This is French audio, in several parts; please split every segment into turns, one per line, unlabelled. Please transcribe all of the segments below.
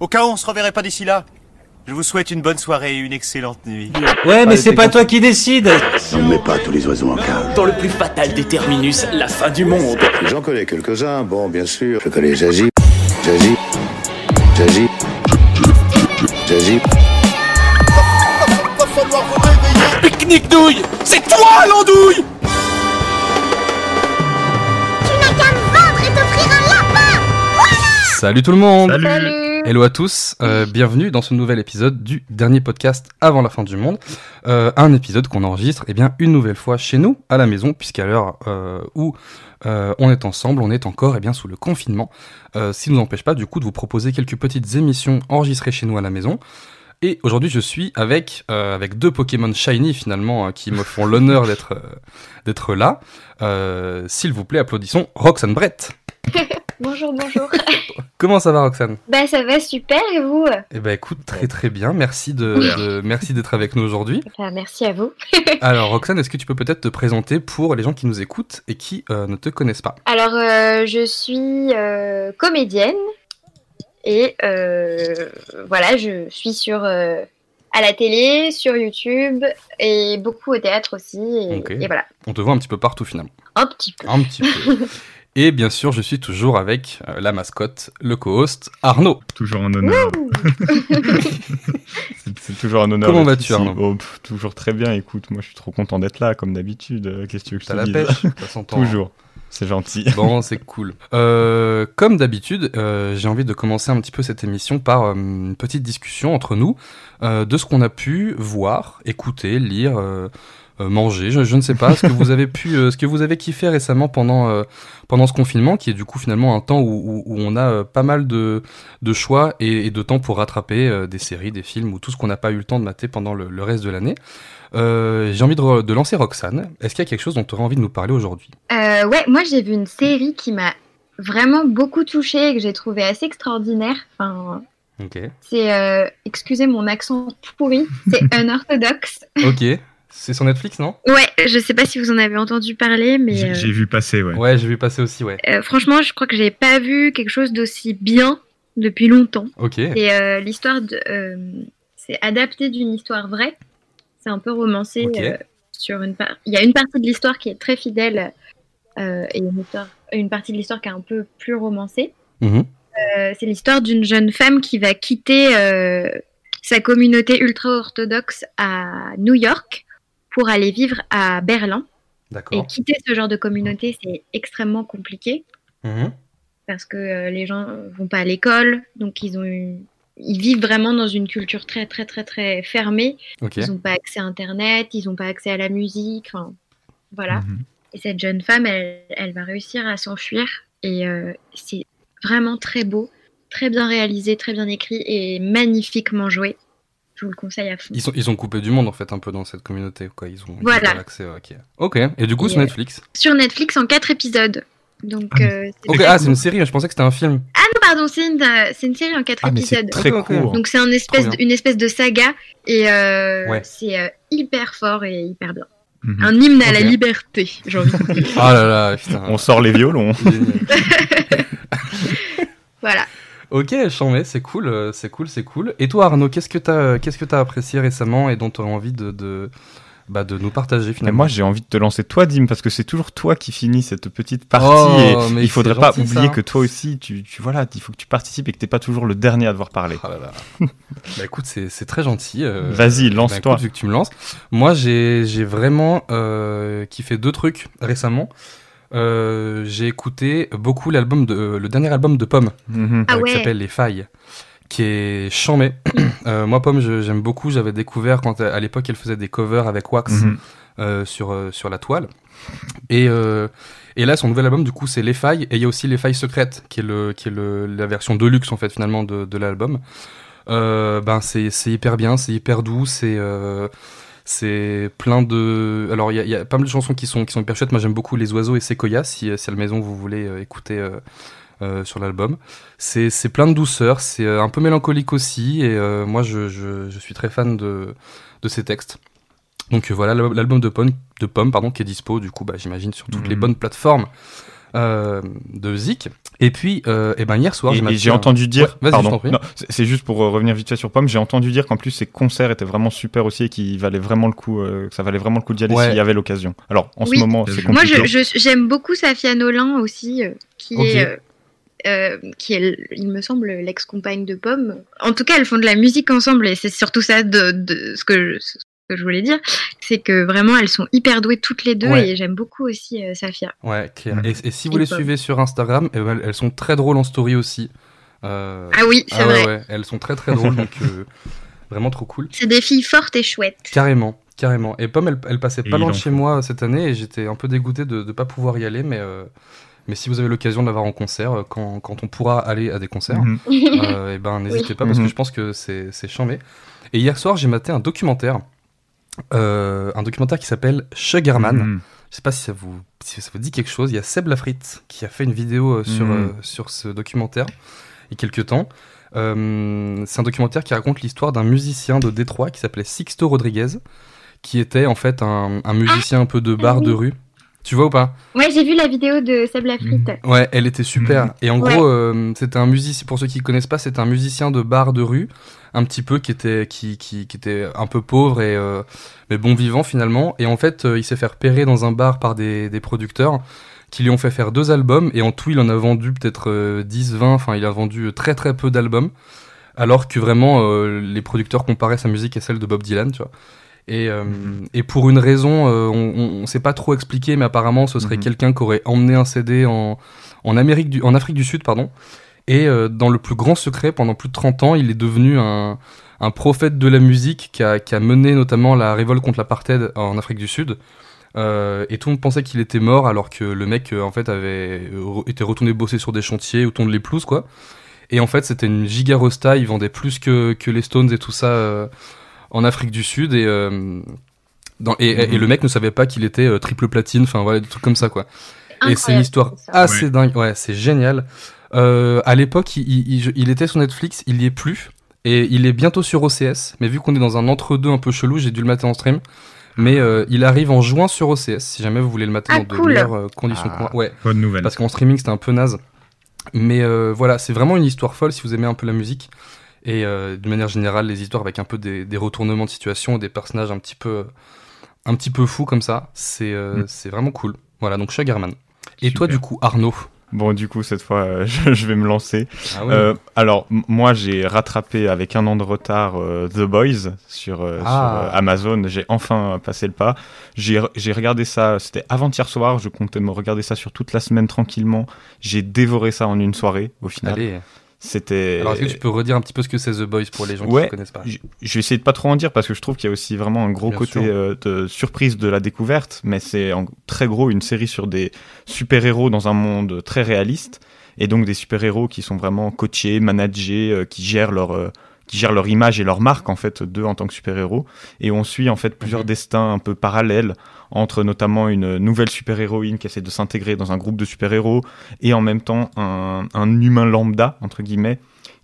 Au cas où on se reverrait pas d'ici là, je vous souhaite une bonne soirée et une excellente nuit.
Ouais, mais
Allez,
c'est
t'es
pas
con.
toi qui décide.
On met pas tous les oiseaux en cage.
Dans le plus fatal des terminus, la fin du monde.
J'en connais quelques-uns, bon, bien sûr. Je connais Zazie, Zazie, Zazie, Zazie.
Pique-nique douille C'est toi l'andouille
Salut tout le monde
Salut
Hello à tous, euh, bienvenue dans ce nouvel épisode du dernier podcast avant la fin du monde. Euh, un épisode qu'on enregistre eh bien, une nouvelle fois chez nous, à la maison, puisqu'à l'heure euh, où euh, on est ensemble, on est encore eh bien, sous le confinement, euh, ce qui ne nous empêche pas du coup de vous proposer quelques petites émissions enregistrées chez nous à la maison. Et aujourd'hui je suis avec, euh, avec deux Pokémon Shiny finalement euh, qui me font l'honneur d'être euh, d'être là. Euh, S'il vous plaît, applaudissons Roxane Brett.
Bonjour, bonjour.
Comment ça va Roxane
bah ça va super et vous
Eh ben écoute, très très bien. Merci de, de- merci d'être avec nous aujourd'hui.
Enfin, Merci à vous.
Alors Roxane, est-ce que tu peux peut-être te présenter pour les gens qui nous écoutent et qui euh, ne te connaissent pas
Alors euh, je suis euh, comédienne et euh, voilà, je suis sur euh, à la télé, sur YouTube et beaucoup au théâtre aussi et,
Ok.
et voilà,
On te voit un petit peu partout finalement.
un petit peu.
Un petit peu. Et bien sûr, je suis toujours avec euh, la mascotte, le co-host Arnaud.
Toujours
un honneur. C'est- C'est toujours un honneur.
Comment
d'être
vas-tu,
ici.
Arnaud
Oh, pff, Toujours très bien, écoute, moi je suis trop content d'être là, comme d'habitude. euh, Qu'est-ce que tu veux que je
T'as
te
la
dise
pêche, t'as 100 ans.
Toujours. C'est gentil.
Bon, c'est cool. Euh, comme d'habitude, euh, j'ai envie de commencer un petit peu cette émission par euh, une petite discussion entre nous euh, de ce qu'on a pu voir, écouter, lire, euh, euh, manger. Je, je ne sais pas ce que vous avez pu, euh, ce que vous avez kiffé récemment pendant euh, pendant ce confinement, qui est du coup finalement un temps où, où- où on a euh, pas mal de de choix et, et de temps pour rattraper euh, des séries, des films ou tout ce qu'on n'a pas eu le temps de mater pendant le, le reste de l'année. Euh, j'ai envie de, re- de lancer Roxane. Est-ce qu'il y a quelque chose dont tu aurais envie de nous parler aujourd'hui
Euh, ouais, moi j'ai vu une série qui m'a vraiment beaucoup touchée et que j'ai trouvé assez extraordinaire. Enfin,
Ok.
c'est euh, excusez mon accent pourri, c'est unorthodoxe.
Ok. C'est sur Netflix, non
Ouais, je sais pas si vous en avez entendu parler, mais
J'ai
euh,
j'ai vu passer, ouais.
Ouais, j'ai vu passer aussi, ouais.
euh, franchement, je crois que j'ai pas vu quelque chose d'aussi bien depuis longtemps.
Ok.
Eh.
C'est euh, l'histoire de. euh, c'est adapté d'une histoire vraie. C'est un peu romancé
Ok.
euh, sur une part. Il y a une partie de l'histoire qui est très fidèle euh, et une, histoire- une partie de l'histoire qui est un peu plus romancée.
Mhm.
Euh, c'est l'histoire d'une jeune femme qui va quitter euh, sa communauté ultra-orthodoxe à New York pour aller vivre à Berlin. Et
D'accord.
quitter ce genre de communauté, c'est extrêmement compliqué
Mhm.
parce que euh, les gens vont pas à l'école, donc ils ont une- ils vivent vraiment dans une culture très très très très fermée.
Ok.
Ils n'ont pas accès à Internet, ils n'ont pas accès à la musique. Enfin, voilà.
Mhm.
Et cette jeune femme, elle, elle va réussir à s'enfuir et euh, c'est vraiment très beau, très bien réalisé, très bien écrit et magnifiquement joué. Je vous le conseille à fond.
Ils, sont, ils ont coupé du monde en fait un peu dans cette communauté quoi. Ils ont, ils ont
Voilà.
pas l'accès. ouais, Ok. Ok. Et du coup
Et,
sur
euh,
Netflix.
Sur Netflix en quatre épisodes. Donc,
Ah, mais-
euh, c'est-
Ok. Ah c'est une série. Je pensais que c'était un film.
Ah, pardon, c'est une, euh, c'est une série en quatre
Ah, mais c'est
épisodes.
très
Ok, ok.
court.
Donc c'est un espèce
Trop bien.
une espèce de saga et euh,
Ouais. Mm.
c'est euh, hyper fort et hyper bien.
Mhm.
Un hymne à la
Ok.
liberté, j'ai envie de dire.
Ah là là putain.
On sort les violons.
Génial.
voilà.
ok. Chambé, c'est cool, euh, c'est cool, c'est cool. Et toi Arnaud, qu'est-ce que t'as, euh, qu'est-ce que t'as apprécié récemment et dont t'aurais envie de, de, bah, de nous partager
Mais
finalement.
moi j'ai envie de te lancer toi, Dim, parce que c'est toujours toi qui finis cette petite
Oh,
partie. et
mais
il faudrait
c'est
pas
gentil,
oublier
ça.
que toi aussi, tu, tu voilà, il faut que tu participes et que t'es pas toujours le dernier à devoir parler.
Ah là là. bah écoute, c'est c'est très gentil. euh,
Vas-y,
bah,
lance-toi.
écoute, vu que tu me lances. Moi, j'ai j'ai vraiment euh, kiffé deux trucs récemment. Euh, j'ai écouté beaucoup l'album de euh, le dernier album de Pomme
Mhm.
Ah
euh, qui
ouais.
s'appelle Les Failles qui est chambé. Euh, moi Pomme je- j'aime beaucoup, j'avais découvert quand à l'époque elle faisait des covers avec Wax
Mhm.
euh, sur, euh, sur la toile. Et, euh, et là, son nouvel album, du coup, c'est Les Failles, et il y a aussi Les Failles Secrètes, qui est, le, qui est le, la version deluxe, en fait, finalement, de, de l'album. Euh, ben, c'est c'est hyper bien, c'est hyper doux, c'est. euh, c'est plein de. Alors, il y, a- il y a pas mal de chansons qui sont, qui sont hyper chouettes. Moi, j'aime beaucoup Les Oiseaux et Sequoia, si, si à la maison vous voulez euh, écouter euh, euh, sur l'album. C'est c'est plein de douceur, c'est euh, un peu mélancolique aussi, et euh, moi, je, je, je suis très fan de, de ces textes. Donc euh, voilà l'al- l'album de Pomme, de Pomme pardon, qui est dispo du coup bah, j'imagine sur toutes les
Mhm.
bonnes plateformes euh, de Zik. Et puis, euh, eh ben hier soir,
Et,
je
et
m'attire-
j'ai entendu dire,
Ouais, vas-y, je t'en
pardon,
prie.
Non, c'est c'est juste pour euh, revenir vite fait sur Pomme, j'ai entendu dire qu'en plus ses concerts étaient vraiment super aussi et qu'il valait vraiment le coup, euh, que ça valait vraiment le coup d'y aller
Ouais.
s'il y avait l'occasion. Alors en
Oui.
ce moment, c'est
Moi,
compliqué.
je- je- j'aime beaucoup Safia Nolin aussi, euh, qui
Ok.
est, euh, euh, qui est, l- il me semble, l'ex-compagne de Pomme. En tout cas, elles font de la musique ensemble, et c'est surtout ça de, de ce, que je, ce que je voulais dire, c'est que vraiment, elles sont hyper douées toutes les deux,
Ouais.
et j'aime beaucoup aussi euh, Safia.
Ouais, clair.
Mm.
Et, et si vous les
Hip-hop.
suivez sur Instagram, eh ben, elles sont très drôles en story aussi. Euh,
Ah oui, c'est
ah
vrai.
ouais, ouais, elles sont très très drôles, donc euh, vraiment trop cool.
C'est des filles fortes et chouettes.
Carrément, carrément. Et Pomme, elle, elle passait
Et
pas
il
loin
en
de chez moi euh, cette année et j'étais un peu dégoûté de ne pas pouvoir y aller, mais, euh, mais si vous avez l'occasion de la voir en concert, euh, quand, quand on pourra aller à des concerts,
Mhm.
euh, et ben n'hésitez pas parce que
Mhm.
je pense que c'est c'est chambé. Et hier soir, j'ai maté un documentaire, euh, un documentaire qui s'appelle Sugarman.
Mhm.
Je sais pas si ça vous, si ça vous dit quelque chose. Il y a Seb Lafrite qui a fait une vidéo euh, sur,
Mhm.
euh, sur ce documentaire il y a quelques temps. Euh, c'est un documentaire qui raconte l'histoire d'un musicien de Détroit qui s'appelait Sixto Rodriguez, qui était en fait un, un musicien un peu de bar,
oui.
de rue. Tu vois ou pas
Ouais, j'ai vu la vidéo de Seb Lafrite.
Ouais, elle était super.
Mhm.
Et en
Ouais.
gros, euh, c'était un musicien. Pour ceux qui connaissent pas, c'était un musicien de bar de rue, un petit peu qui était qui qui, qui était un peu pauvre et euh, mais bon vivant finalement. Et en fait, euh, il s'est fait repérer dans un bar par des des producteurs qui lui ont fait faire deux albums et en tout, il en a vendu peut-être euh, 10, 20. Enfin, il a vendu euh, très très peu d'albums, alors que vraiment euh, les producteurs comparaient sa musique à celle de Bob Dylan, tu vois. Et, euh, et pour une raison, euh, on ne sait pas trop expliquer, mais apparemment, ce serait
Mhm.
quelqu'un qui aurait emmené un CD en, en, Amérique du, en Afrique du Sud, pardon. Et euh, dans le plus grand secret, pendant plus de 30 ans, il est devenu un, un prophète de la musique qui a, qui a mené notamment la révolte contre l'apartheid en Afrique du Sud. Euh, et tout le monde pensait qu'il était mort alors que le mec euh, en fait avait euh, re- était retourné bosser sur des chantiers ou de les pelouses quoi. Et en fait c'était une giga rosta, il vendait plus que, que les Stones et tout ça euh, en Afrique du Sud et euh, dans, et, et- et le mec ne savait pas qu'il était euh, triple platine, enfin voilà des trucs comme ça quoi. Et c'est une
Incroyable,
histoire
ça.
assez dingue. Ouais, c'est génial. Euh, à l'époque, il, il- il- je- il était sur Netflix, il y est plus. Et il est bientôt sur OCS. Mais vu qu'on est dans un entre-deux un peu chelou, j'ai dû le mater en stream. Mais euh, il arrive en juin sur OCS, si jamais vous voulez le mater
Ah,
dans de
cool.
meilleures euh, conditions que moi. Ouais,
Bonne nouvelle.
parce qu'en streaming, c'était un peu naze. Mais euh, voilà, c'est vraiment une histoire folle si vous aimez un peu la musique. Et euh, de manière générale, les histoires avec un peu des, des retournements de situation, des personnages un petit peu, un petit peu fous comme ça, c'est euh, c'est vraiment cool. Voilà, donc Sugarman. Et toi,
Super.
du coup, Arnaud
Bon, du coup, cette fois, euh, je, je vais me lancer.
Ah oui.
Euh, alors, m- moi, j'ai rattrapé avec un an de retard euh, The Boys sur, euh,
Ah.
sur, euh, Amazon. J'ai enfin euh, passé le pas. J'ai re- j'ai regardé ça, c'était avant-hier soir. Je comptais me regarder ça sur toute la semaine tranquillement. J'ai dévoré ça en une soirée, au final.
Allez.
C'était.
Alors, est-ce que tu peux redire un petit peu ce que c'est The Boys pour les gens qui
Ouais.
ne connaissent pas
Je je vais essayer de pas trop en dire parce que je trouve qu'il y a aussi vraiment un gros
Bien
côté
sûr.
euh, de surprise de la découverte, mais c'est en très gros une série sur des super-héros dans un monde très réaliste et donc des super-héros qui sont vraiment coachés, managés, euh, qui gèrent leur euh, qui gèrent leur image et leur marque en fait d'eux en tant que super-héros et on suit en fait
Mhm.
plusieurs destins un peu parallèles entre notamment une nouvelle super-héroïne qui essaie de s'intégrer dans un groupe de super-héros et en même temps un, un humain lambda entre guillemets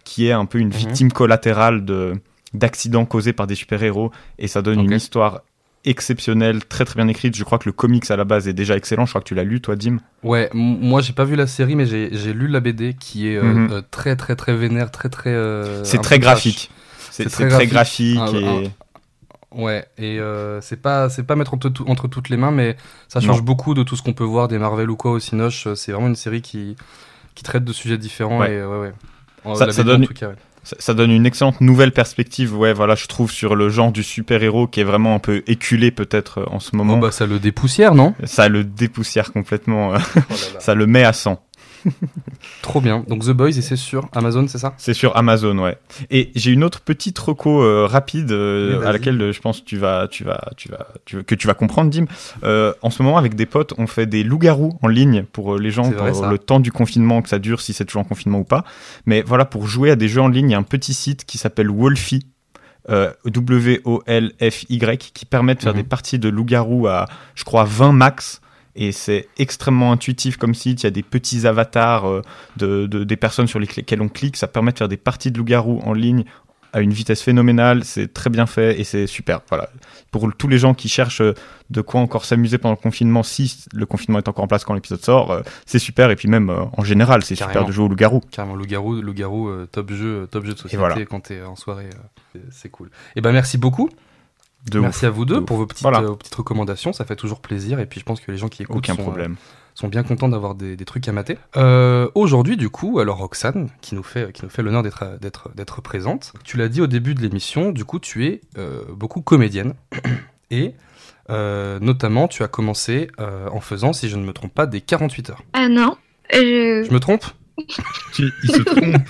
qui est un peu une
Mhm.
victime collatérale de d'accidents causés par des super-héros et ça donne
Ok.
une histoire exceptionnelle, très très bien écrite. Je crois que le comics à la base est déjà excellent. Je crois que tu l'as lu toi,
Euh,
Dim.
Ouais, m- moi j'ai pas vu la série, mais j'ai j'ai lu la BD qui est euh,
Mhm.
euh, très très très vénère, très très. euh, un
C'est
peu
très
trash.
graphique.
C'est
C'est
très
c'est très graphique
Ah,
et
ouais, Ouais, et euh, c'est pas c'est pas mettre entre, tout- entre toutes les mains, mais ça change beaucoup de tout ce qu'on peut voir des Marvel ou quoi au Cinoche. Euh, C'est vraiment une série qui qui traite de sujets différents
Ouais.
et euh, ouais ouais. Euh,
Ça-
la
ça
BD, en
donne-
tout cas, ouais.
ça, ça donne une excellente nouvelle perspective. Ouais, voilà, je trouve sur le genre du super-héros qui est vraiment un peu éculé peut-être euh, en ce moment.
Oh, bah ça le dépoussière, non
Ça le dépoussière complètement. euh,
Oh
ça le met à 100.
Trop bien. Donc The Boys et c'est sur Amazon, c'est ça
C'est sur Amazon, ouais. Et j'ai une autre petite reco euh, rapide euh,
Oui, vas-y.
à laquelle euh, je pense que tu vas, tu vas, tu vas, tu- que tu vas comprendre, Dim. Euh, en ce moment, avec des potes, on fait des loups-garous en ligne pour euh, les gens
C'est vrai,
pour
ça.
le temps du confinement, que ça dure, si c'est toujours en confinement ou pas. Mais voilà, pour jouer à des jeux en ligne, il y a un petit site qui s'appelle Wolfy. euh, W-O-L-F-Y qui permet de faire
Mhm.
des parties de loup-garou à je crois 20 max et c'est extrêmement intuitif comme site il y a des petits avatars euh, de, de- des personnes sur lesquelles on clique. Ça permet de faire des parties de loup-garou en ligne à une vitesse phénoménale, c'est très bien fait et c'est super. Voilà. Pour tous les gens qui cherchent euh, de quoi encore s'amuser pendant le confinement, si le confinement est encore en place quand l'épisode sort, euh, c'est super. Et puis même euh, en général, c'est super
Carrément.
de jouer au loup-garou.
Carrément, le garou, le garou, euh, top jeu, euh, top jeu de société
voilà.
quand t'es en soirée, euh, c'est- c'est cool. Et ben merci beaucoup,
De
merci
ouf.
à vous deux
de
pour vos petites,
Voilà.
euh, vos petites recommandations, ça fait toujours plaisir. Et puis je pense que les gens qui écoutent
Aucun
sont, euh,
problème.
sont bien contents d'avoir des, des trucs à mater. Euh, Aujourd'hui, du coup, alors Roxane, qui nous fait, qui nous fait l'honneur d'être à- d'être d'être présente, tu l'as dit au début de l'émission, du coup, tu es euh, beaucoup comédienne. Et euh, notamment, tu as commencé euh, en faisant, si je ne me trompe pas, des 48 heures.
Ah non. euh,
Je me trompe
euh, Il se trompe.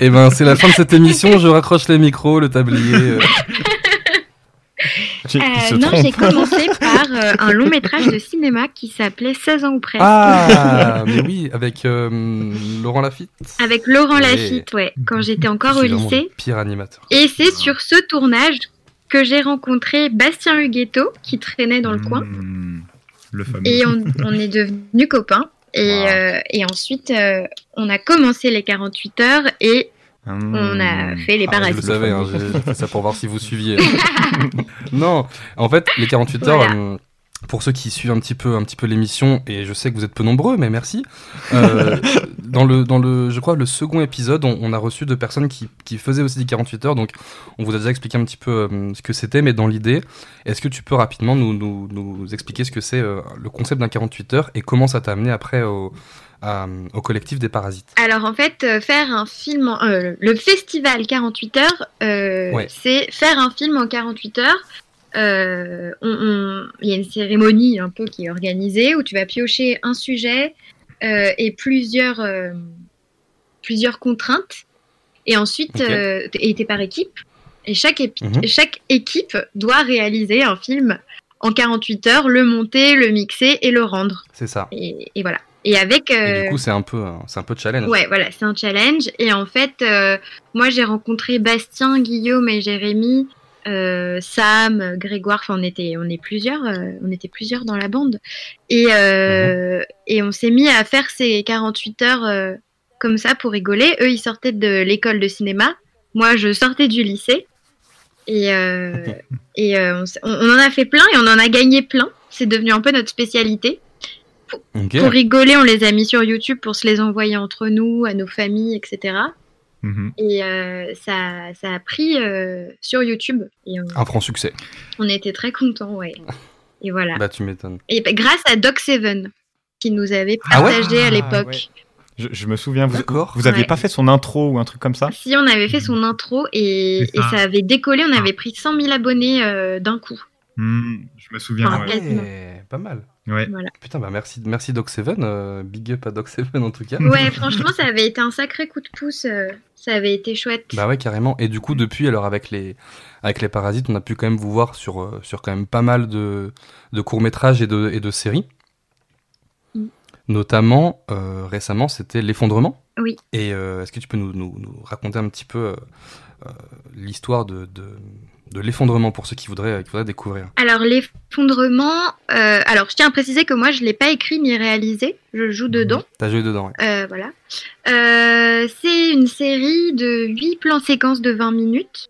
Eh ben, c'est la fin de cette émission, je raccroche les micros, le tablier. euh.
Qui- qui se
Euh, non,
trompe.
j'ai commencé par euh, un long métrage de cinéma qui s'appelait 16 ans ou presque.
Ah, mais oui, avec euh, Laurent Lafitte.
Avec Laurent
Ouais.
Lafitte, ouais, quand j'étais encore
Je
au
suis vraiment
lycée.
le Pire animateur.
Et c'est sur ce tournage que j'ai rencontré Bastien Huguetto, qui traînait dans le coin.
Mmh. Le fameux.
Et on, on est devenus copains. Et,
Wow.
euh, et ensuite, euh, on a commencé les 48 heures et
Hum.
on a fait les
Ah, je
parasites.
le savais, hein, j'ai j'ai fait ça pour voir si vous suiviez. non, en fait, les 48 heures,
Voilà.
euh, pour ceux qui suivent un petit peu, un petit peu l'émission, et je sais que vous êtes peu nombreux, mais merci. euh, dans le, dans le, je crois, le second épisode, on, on a reçu deux personnes qui, qui faisaient aussi des 48 heures, donc on vous a déjà expliqué un petit peu euh, ce que c'était, mais dans l'idée, est-ce que tu peux rapidement nous, nous, nous expliquer ce que c'est euh, le concept d'un 48 heures et comment ça t'a amené après au, à- au collectif des parasites
Alors en fait, euh, faire un film, en- euh, le festival 48 heures, euh,
Ouais.
c'est faire un film en 48 heures. Euh, on- on- Il y a une cérémonie un peu qui est organisée où tu vas piocher un sujet euh, et plusieurs, euh, plusieurs contraintes. Et
Ok.
ensuite, euh, t- et t'es par équipe. Et chaque, épi-
Mhm.
chaque équipe doit réaliser un film en 48 heures, le monter, le mixer et le rendre.
C'est ça.
Et, et voilà. Et avec.
Et
euh,
du coup, c'est un peu, un- c'est un peu challenge.
Ouais, voilà, c'est un challenge. Et en fait, euh, moi, j'ai rencontré Bastien, Guillaume et Jérémy, euh, Sam, Grégoire. Enfin, on était, on est plusieurs, euh, on était plusieurs dans la bande. Et euh, et on s'est mis à faire ces 48 heures euh, comme ça pour rigoler. Eux, ils sortaient de l'école de cinéma. Moi, je sortais du lycée. Et euh, et euh, on, s- on- on en a fait plein et on en a gagné plein. C'est devenu un peu notre spécialité.
Ok.
Pour rigoler, on les a mis sur YouTube pour se les envoyer entre nous, à nos familles, etc.
Mhm.
Et euh, ça, ça a pris euh, sur YouTube. Et on,
Un franc succès.
on était très contents, ouais. Et voilà.
Bah, tu m'étonnes.
Et bah, grâce à Doc Seven, qui nous avait
Ah ouais
partagé à l'époque.
Je, je me souviens, Ah, vous,
D'accord.
vous aviez
Ouais.
pas fait son intro ou un truc comme ça
Si on avait fait son intro et et
C'est
ça.
ça.
avait décollé, on avait pris 100 000 abonnés euh, d'un coup.
Mmh, Je me
Ah,
souviens, ouais.
quasiment.
pas mal.
Ouais.
Putain, bah merci, merci Doc Seven, euh, big up à Doc Seven en tout cas.
Ouais, franchement, ça avait été un sacré coup de pouce. euh, ça avait été chouette.
Bah ouais, carrément. Et du coup, depuis, alors avec les, avec les Parasites, on a pu quand même vous voir sur, euh, sur quand même pas mal de, de courts-métrages et de, et de séries.
Mm.
Notamment, euh, récemment, c'était L'effondrement.
Oui.
Et euh, est-ce que tu peux nous, nous- nous raconter un petit peu euh, euh, l'histoire de, de, de l'effondrement pour ceux qui voudraient, qui voudraient découvrir
Alors l'effondrement, euh, alors je tiens à préciser que moi je l'ai pas écrit ni réalisé, je joue dedans,
T'as joué dedans, ouais.
euh, voilà. Euh, c'est une série de 8 plans séquences de 20 minutes.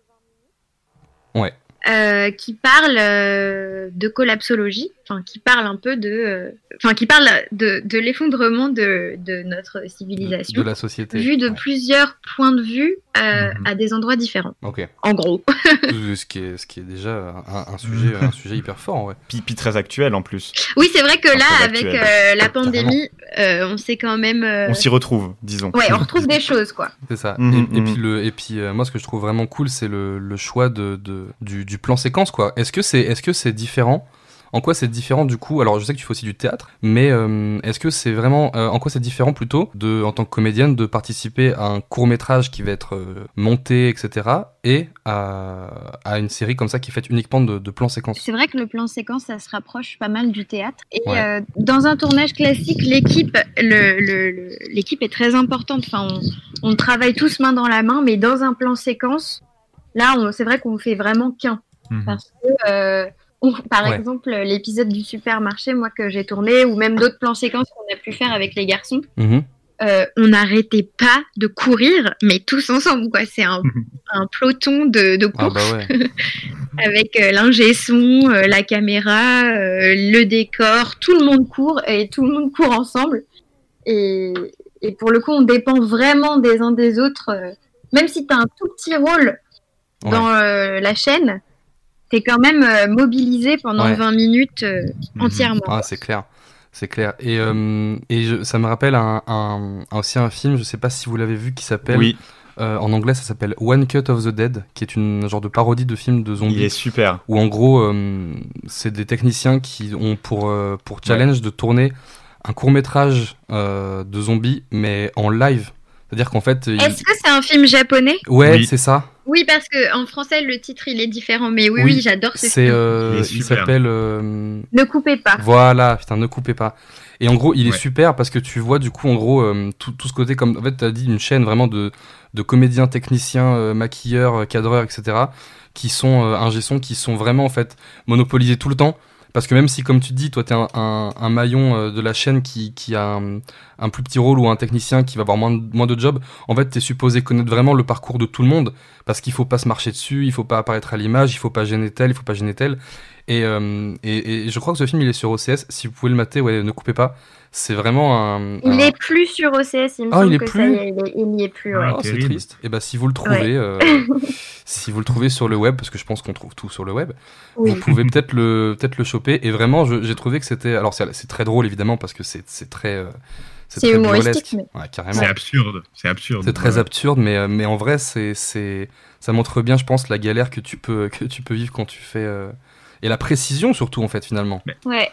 Ouais.
Euh, qui parle euh, de collapsologie, enfin qui parle un peu de, euh, enfin qui parle de, de l'effondrement de, de notre
De-
civilisation,
De, la société.
vu de
Ouais.
plusieurs points de vue euh,
Mhm.
à des endroits différents.
Ok.
En gros.
ce, qui est, ce qui est déjà un, un sujet, un sujet hyper fort, ouais.
puis, puis très actuel en plus.
Oui, c'est vrai que
Un
là,
peu
avec
d'actuel.
euh, la pandémie, euh, on s'est quand même. euh,
On s'y retrouve, disons.
Ouais, on retrouve des choses, quoi.
C'est ça.
Mhm,
et, et
mhm.
puis, le, et puis euh, moi, ce que je trouve vraiment cool, c'est le, le choix de, de- du, du plan séquence, quoi. Est-ce que c'est est -ce c'est différent En quoi c'est différent, du coup Alors, je sais que tu fais aussi du théâtre, mais euh, est-ce que c'est vraiment. euh, en quoi c'est différent, plutôt, de, en tant que comédienne, de participer à un court-métrage qui va être euh, monté, etc., et à, à une série comme ça qui est faite uniquement de, de plan séquence
C'est vrai que le plan séquence, ça se rapproche pas mal du théâtre. Et
Ouais.
euh, dans un tournage classique, l'équipe le, le- le- l'équipe est très importante. Enfin, on, on travaille tous main dans la main, mais dans un plan séquence, là, on- c'est vrai qu'on fait vraiment qu'un.
Mhm.
Parce que, euh, on- par
Ouais.
exemple, l'épisode du supermarché, moi, que j'ai tourné, ou même d'autres plans séquences qu'on a pu faire avec les garçons,
Mhm.
euh, on n'arrêtait pas de courir, mais tous ensemble, quoi. C'est un, un peloton de, de
Mhm. Ah
course
bah ouais.
avec euh, l'ingé son, euh, la caméra, euh, le décor, tout le monde court et tout le monde court ensemble. Et, et pour le coup, on dépend vraiment des uns des autres. euh, Même si tu as un tout petit rôle
Ouais.
dans euh, la chaîne, tu es quand même euh, mobilisé pendant
Ouais.
20 minutes euh,
Mhm.
entièrement.
Ah, c'est clair. C'est clair. Et, euh, et je- ça me rappelle un, un- aussi un film, je sais pas si vous l'avez vu, qui s'appelle.
Oui,
euh, en anglais, ça s'appelle One Cut of the Dead, qui est une genre de parodie de film de zombies.
il est super.
où en gros, euh, c'est des techniciens qui ont pour, euh, pour challenge de tourner un court métrage euh, de zombies, mais en live. C'est-à-dire qu'en fait. ils-
Est-ce que c'est un film japonais
Ouais,
Oui.
c'est ça.
Oui, parce que en français, le titre, il est différent. Mais oui,
Oui,
oui, j'adore ce
C'est,
film.
euh,
Il est
il
super.
s'appelle. euh,
Ne coupez pas.
Voilà, putain, ne coupez pas. Et en gros, il est
Ouais.
super parce que tu vois, du coup, en gros, euh, tout, tout ce côté, comme en fait, t'as dit, une chaîne vraiment de, de comédiens, techniciens, euh, maquilleurs, euh, cadreurs, etc., qui sont euh, ingé son, qui sont vraiment, en fait, monopolisés tout le temps. Parce que même si, comme tu dis, toi, t'es un, un, un maillon euh, de la chaîne qui, qui a un, un plus petit rôle ou un technicien qui va avoir moins, de- moins de job, en fait, t'es supposé connaître vraiment le parcours de tout le monde parce qu'il faut pas se marcher dessus, il faut pas apparaître à l'image, il faut pas gêner tel, il faut pas gêner tel. Et, euh, et, et je crois que ce film il est sur OCS. Si vous pouvez le mater, ouais, ne coupez pas. C'est vraiment un.
Il
un-
est plus sur OCS, il me
Ah, il
semble
est
que
plus
ça y est, il est- il n'y est plus. ouais.
Ah,
Oh, c'est
terrible.
triste. Et bah si vous le trouvez, euh, si vous le trouvez sur le web, parce que je pense qu'on trouve tout sur le web,
Oui.
vous pouvez peut-être le peut-être le choper. Et vraiment, je- j'ai trouvé que c'était. Alors c'est c'est très drôle évidemment parce que c'est c'est très euh,
C'est
très
humoristique,
burlesque. Ouais, carrément.
C'est absurde. C'est absurde.
C'est très
Voilà.
absurde, mais, euh, mais en vrai, c'est, c'est, ça montre bien, je pense, la galère que tu peux, que tu peux vivre quand tu fais. euh, Et la précision, surtout, en fait, finalement.
Ouais.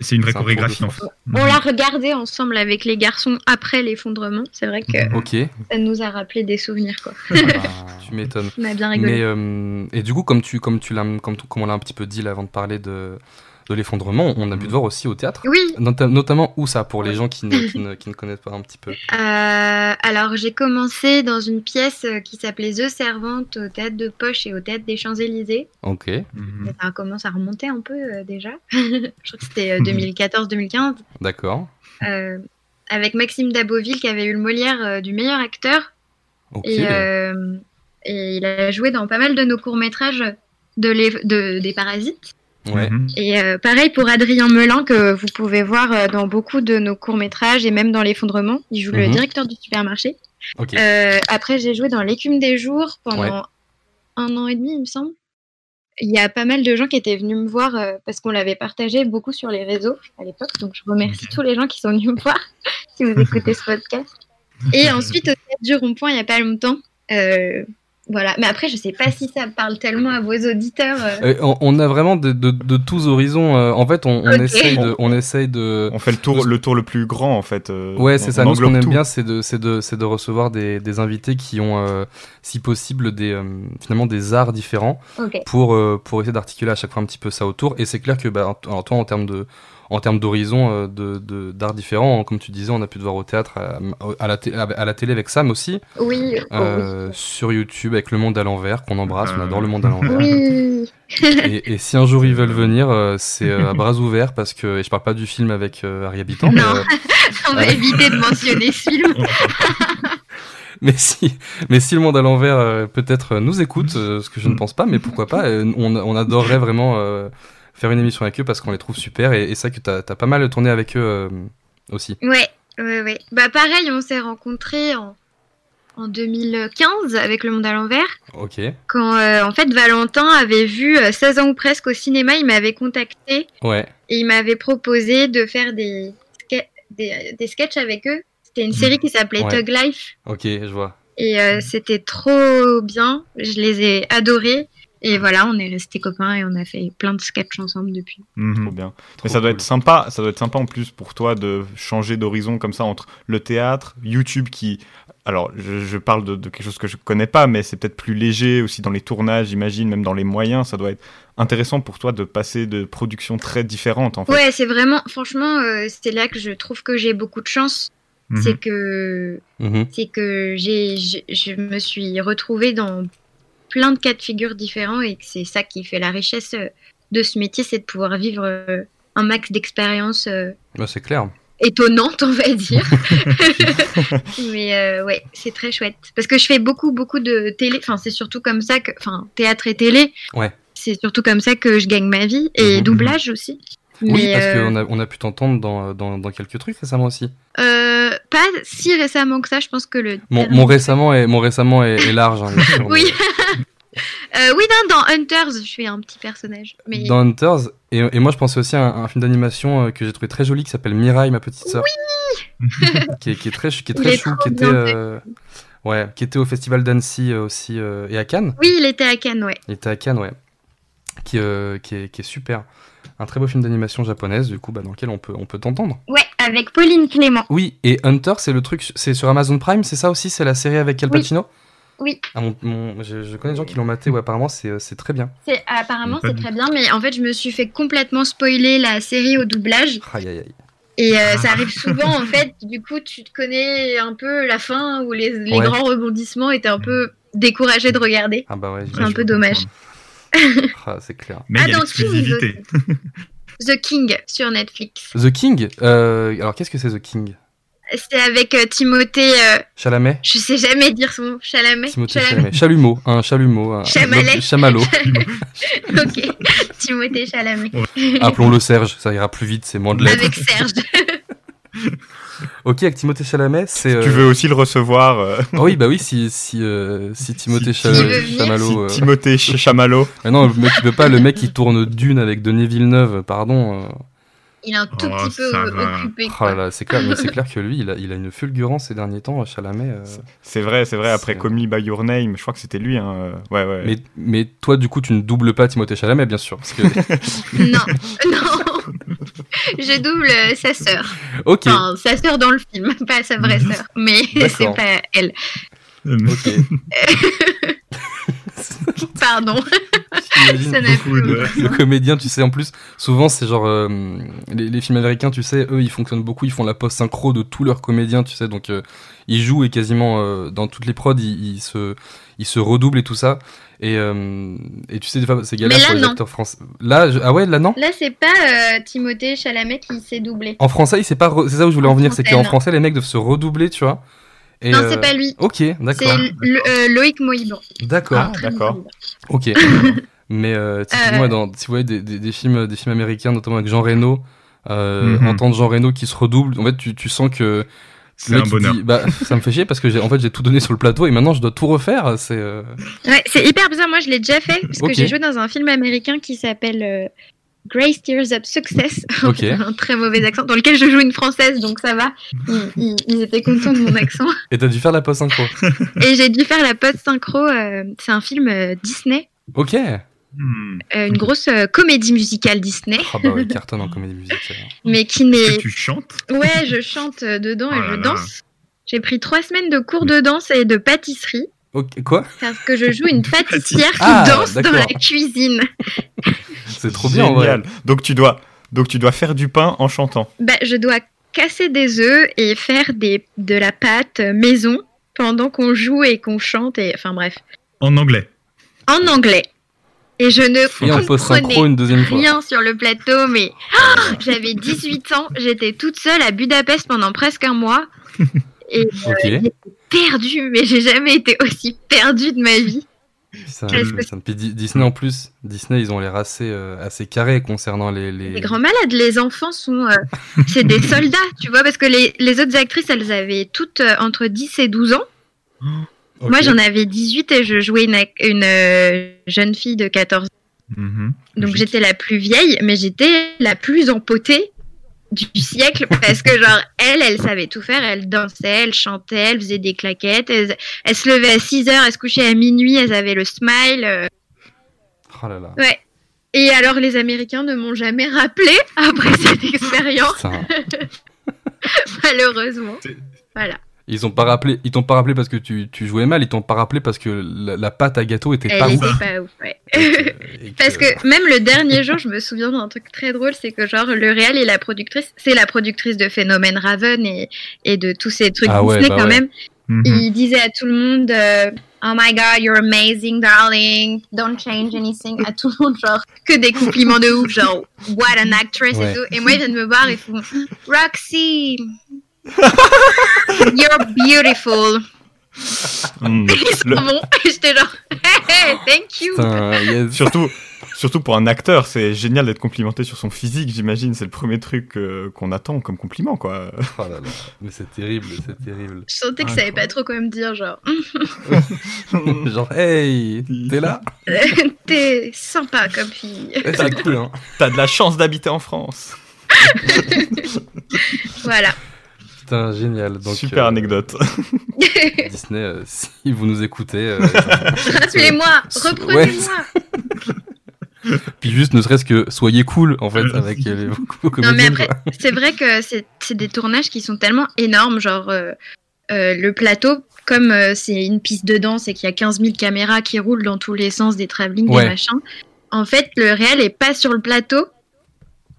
C'est une vraie
C'est un tour de
chorégraphie en
force.
fait.
Mhm.
On l'a regardé ensemble avec les garçons après l'effondrement. C'est vrai que
Ok,
ça nous a rappelé des souvenirs. Quoi.
Ah bah, tu m'étonnes.
On a bien rigolé.
Mais, euh, et du coup, comme, tu, comme, tu l'as, comme, tu- comme on l'a un petit peu dit là, avant de parler de, de l'effondrement, on a pu te voir aussi au théâtre.
Oui,
Nota- Notamment où ça, pour les gens qui ne, qui, ne, qui ne connaissent pas un petit peu.
euh, alors j'ai commencé dans une pièce euh, qui s'appelait The Servante au théâtre de Poche et au théâtre des Champs-Élysées.
Ok.
Mhm.
Ça commence à remonter un peu euh, déjà. Je crois que c'était euh, 2014-2015.
D'accord.
euh, avec Maxime Daboville qui avait eu le Molière euh, du meilleur acteur.
Ok.
Et, euh, et il a joué dans pas mal de nos courts-métrages de l'é- de- des Parasites.
Ouais.
Mhm.
Et euh, pareil pour Adrien Melin, que vous pouvez voir euh, dans beaucoup de nos courts-métrages et même dans L'Effondrement. Il joue le
Mhm.
directeur du supermarché.
Ok.
Euh, après, j'ai joué dans L'écume des jours pendant
Ouais.
un an et demi, il me semble. Il y a pas mal de gens qui étaient venus me voir euh, parce qu'on l'avait partagé beaucoup sur les réseaux à l'époque. Donc, je remercie tous les gens qui sont venus me voir si vous écoutez ce podcast. Et ensuite, au théâtre du rond-point, il n'y a pas longtemps. euh, voilà. Mais après, je sais pas si ça parle tellement à vos auditeurs. euh.
Et on, on a vraiment de, de, de tous horizons. euh, en fait, on, on
Ok.
essaye de, on essaye de,
On fait le tour, le tour le plus grand en fait. euh,
Ouais,
on-
c'est
on
ça. Nous, ce
englobe
qu'on aime
tout.
bien, c'est de, c'est de, c'est de recevoir des, des invités qui ont, euh, si possible, des, euh, finalement des arts différents
Ok.
pour, euh, pour essayer d'articuler à chaque fois un petit peu ça autour. Et c'est clair que, bah, en- alors toi, en termes de en termes d'horizon euh, de, de- d'arts différents, hein, comme tu disais, on a pu te voir au théâtre, à, à la, té- à- à la télé avec Sam aussi,
Oui. oh
euh, sur YouTube avec Le Monde à l'envers, qu'on embrasse, on
Euh.
adore Le Monde à l'envers.
oui.
Et, et si un jour ils veulent venir, euh, c'est euh, à bras ouverts, parce que, et je parle pas du film avec euh, Harry Habitant, mais,
Non.
euh,
Oui. On va éviter de mentionner ce film.
Mais si, mais si le monde à l'envers euh, peut-être euh, nous écoute, euh, ce que je ne pense pas, mais pourquoi pas, euh, on, on adorerait vraiment euh, faire une émission avec eux parce qu'on les trouve super et, et c'est vrai que t'as as pas mal tourné avec eux euh, aussi.
Ouais. Ouais, ouais. Bah, pareil, on s'est rencontrés en, en 2015 avec Le Monde à l'envers.
Ok,
Quand, euh, en fait, Valentin avait vu euh, 16 ans ou presque au cinéma, il m'avait contacté
ouais,
et il m'avait proposé de faire des, ske- des, des sketchs avec eux. C'était une série qui s'appelait
Ouais.
Tug Life.
ok, je vois.
Et euh, c'était trop bien. Je les ai adorés. Et voilà, on est restés copains et on a fait plein de sketchs ensemble depuis.
Mhm.
Trop bien.
Trop
Mais ça doit
cool.
être sympa, ça doit être sympa en plus pour toi de changer d'horizon comme ça entre le théâtre, YouTube qui, alors je, je parle de, de quelque chose que je connais pas, mais c'est peut-être plus léger aussi dans les tournages, j'imagine, même dans les moyens, ça doit être intéressant pour toi de passer de productions très différentes en fait.
Ouais, c'est vraiment, franchement, euh, c'est là que je trouve que j'ai beaucoup de chance.
Mhm.
C'est que,
Mhm.
c'est que j'ai, je, je me suis retrouvée dans plein de cas de figure différents et que c'est ça qui fait la richesse euh, de ce métier, c'est de pouvoir vivre euh, un max d'expériences euh,
Bah, c'est clair.
étonnante, on va dire. Mais euh, ouais, c'est très chouette. Parce que je fais beaucoup, beaucoup de télé. Enfin, c'est surtout comme ça que. Enfin, théâtre et télé.
Ouais.
C'est surtout comme ça que je gagne ma vie. Et
Mhm.
doublage aussi.
Oui,
Mais,
parce
euh,
qu'on a, on a pu t'entendre dans, dans, dans quelques trucs récemment aussi.
euh, pas si récemment que ça, je pense que le.
Mon, mon récemment, est, mon récemment est, est large. hein, bien sûr,
Oui.
mais-
Euh, oui, non, dans Hunters, je suis un petit personnage. Mais
Dans Hunters. Et, et moi, je pensais aussi à un, un film d'animation euh, que j'ai trouvé très joli qui s'appelle Mirai, ma petite sœur. qui, est, qui est très, chou- qui est
Il
très
est
chou,
trop
qui était,
bien fait.
euh, ouais, qui était au festival d'Annecy euh, aussi euh, et à Cannes.
oui, il était à Cannes, ouais.
Il était à Cannes, ouais. Qui, euh, qui, est, qui est super. Un très beau film d'animation japonaise, du coup, bah, dans lequel on peut, on peut t'entendre.
Ouais, avec Pauline Clément.
Oui, et Hunter, c'est le truc, c'est sur Amazon Prime, c'est ça aussi C'est la série avec Al
Oui.
Pacino
Oui.
Ah, mon- mon- je, je connais des gens qui l'ont maté, ouais, apparemment, c'est euh, c'est très bien.
C'est apparemment
Pas
c'est
du
très bien, mais en fait je me suis fait complètement spoiler la série au doublage
Aïe, aïe, aïe.
et euh, ça
Ah.
arrive souvent en fait. Du coup tu te connais un peu la fin où les, les
Ouais.
grands rebondissements étaient un peu découragé de regarder.
Ah bah ouais,
C'est un
je
peu
peux
dommage.
comprendre.
ah, c'est clair.
Mais il y a
Attends,
l'exclusivité.
The King sur Netflix.
The King euh, Alors, qu'est-ce que c'est The King
C'est avec euh, Timothée, euh,
Chalamet
je sais jamais dire son nom, Chalamet.
Timothée
Chalamet.
Chalamet. Chalumeau, un chalumeau. Un,
Chamalet.
un- Chamallow.
ok, Timothée Chalamet
Appelons-le Serge, ça ira plus vite, c'est moins de lettres.
avec Serge. Bah
Ok, avec Timothée Chalamet, c'est.
Tu
euh,
veux aussi le recevoir, euh,
Ah oui, bah oui, si, si, euh, si Timothée
Si-
Cha-
S'il veut venir.
si
Chamallow. euh,
Timothée Ch- Chamallow.
Mais non, le mec, il peut pas, le mec, il tourne Dune avec Denis Villeneuve, pardon. euh,
Il est un tout
Oh,
petit peu
ça
euh,
va.
occupé.
Oh
quoi.
là là, c'est clair, mais c'est clair que lui, il a, il a une fulgurance ces derniers temps, Chalamet. euh.
C'est vrai, c'est vrai, après
C'est-
Call Me By Your Name, je crois que c'était lui. Hein. euh, Ouais, ouais.
Mais, mais toi, du coup, tu ne doubles pas Timothée Chalamet, bien sûr. Parce que...
Non, non. Je double euh, sa sœur.
ok, Mhm.
Enfin, sa sœur dans le film, pas sa vraie sœur. Mais c'est
D'accord.
pas elle.
Euh,
ok.
Pardon.
J'imagine
Ça n'a
beaucoup
plus
de-
le comédien, tu sais, en plus, souvent, c'est genre. euh, les, les films américains, tu sais, eux, ils fonctionnent beaucoup, ils font la post-synchro de tous leurs comédiens, tu sais, donc euh, ils jouent et quasiment euh, dans toutes les prods, ils, ils se, ils se redoublent et tout ça. Et, euh, et tu sais, des fois, c'est galère
Mais là,
pour les
non.
acteurs français. Là, je- ah ouais, là, non
Là, c'est pas euh, Timothée Chalamet qui s'est doublé.
En français, il sait pas. re- C'est ça où je voulais
En
en venir, c'est
français,
qu'en
non.
français, les mecs doivent se redoubler, tu vois. Et,
non,
euh,
c'est pas lui.
Ok,
C'est
d'accord.
le- euh, Loïc Mohiban.
D'accord.
Ah, d'accord.
Ok. Mais euh, typiquement,
Euh.
dans, si vous voyez des, des- des films, des films américains, notamment avec Jean Reno, euh,
Mhm.
entendre Jean Reno qui se redouble, en fait, tu, tu sens que
C'est
le
un
mec, il
bonheur.
dit, bah, ça me fait chier parce que j'ai, en fait, j'ai tout donné sur le plateau et maintenant je dois tout refaire. C'est euh,
Ouais, c'est hyper bizarre. Moi, je l'ai déjà fait parce que
Ok.
j'ai joué dans un film américain qui s'appelle euh, Grace Tears Up Success.
Ok.
un très mauvais accent dans lequel je joue une française, donc ça va. Ils, ils- ils étaient contents de mon accent.
et t'as dû faire la post synchro.
Et j'ai dû faire la post synchro. euh, c'est un film euh, Disney,
Ok.
Hmm.
euh, une grosse euh, comédie musicale Disney,
Ah bah ouais, cartonne en comédie musicale.
mais qui
Est-ce
n'est.
que tu chantes
Ouais, je chante euh, dedans et
Oh là Mm.
je
là.
danse. J'ai pris trois semaines de cours de danse et de pâtisserie
Ok, quoi
parce que je joue une pâtissière qui
Ah,
danse dans
d'accord.
la cuisine.
C'est trop bien, en vrai.
Génial. Donc tu dois, donc tu dois faire du pain en chantant.
Bah, je dois casser des œufs et faire des, de la pâte maison pendant qu'on joue et qu'on chante et enfin bref,
En anglais.
en anglais. Et je ne
Et en post synchro
comprenais
une deuxième fois.
rien sur le plateau, mais ah, J'avais 18 ans, j'étais toute seule à Budapest pendant presque un mois. Et
Ok.
perdue, mais j'ai jamais été aussi perdue de ma vie.
Putain,
Qu'est-ce que-
putain. Puis Di- Disney en plus, Disney ils ont l'air assez, euh, assez carrés concernant les.
Les grands malades, les enfants sont. euh, c'est des soldats, tu vois, parce que les, les autres actrices, elles avaient toutes euh, entre 10 et 12 ans.
Ok.
Moi, j'en avais 18 et je jouais une, ac- une euh, jeune fille de 14 ans.
Mhm.
Donc
Logique.
j'étais la plus vieille, mais j'étais la plus empotée du siècle parce que genre elle elle savait tout faire elle dansait elle chantait elle faisait des claquettes elle, elle se levait à 6 heures elle se couchait à minuit elle avait le smile euh,
Oh là là.
ouais et alors les américains ne m'ont jamais rappelé après cette expérience
Putain.
malheureusement voilà
Ils ont pas rappelé, ils t'ont pas rappelé parce que tu, tu jouais mal, ils t'ont pas rappelé parce que la, la pâte à gâteau était
elle
pas
était
ouf.
pas ouf ouais.
Et que-
Parce que même le dernier jour, je me souviens d'un truc très drôle, c'est que genre le réal et la productrice, c'est la productrice de Phénomène Raven et, et de tous ces trucs
Ah ouais,
Disney
bah
quand
ouais.
même.
Mhm.
Il disait à tout le monde, euh, Oh my god, you're amazing, darling. Don't change anything. À tout le monde, genre, que des compliments de ouf, genre, what an actress
Ouais.
et tout. Et moi, ils viennent me voir et font Roxy, you're beautiful.
Hmm.
Ils sont
Le-
bons. Et J'étais genre, hey, hey, thank you.
Putain, yes.
Surtout, surtout pour un acteur, c'est génial d'être complimenté sur son physique, j'imagine. C'est le premier truc euh, qu'on attend comme compliment, quoi.
Oh là là. Mais c'est terrible, c'est terrible.
Je sentais que je savais pas trop quoi me dire, genre,
Genre, hey, t'es là
t'es sympa comme fille.
Eh, C'est cool, hein.
T'as de la chance d'habiter en France.
Voilà.
Putain, génial. Donc,
Super
euh,
anecdote.
Disney, euh, si vous nous écoutez, euh,
Rappelez-moi,
Ouais.
reprenez-moi.
puis juste ne serait-ce que soyez cool en fait avec euh, les, vos, vos
Non, mais
comédiennes,
après,
quoi.
c'est vrai que c'est c'est des tournages qui sont tellement énormes. Genre, euh, euh, le plateau, comme euh, c'est une piste de danse et qu'il y a 15 000 caméras qui roulent dans tous les sens, des travelling,
Ouais.
des machins, en fait, le réel est pas sur le plateau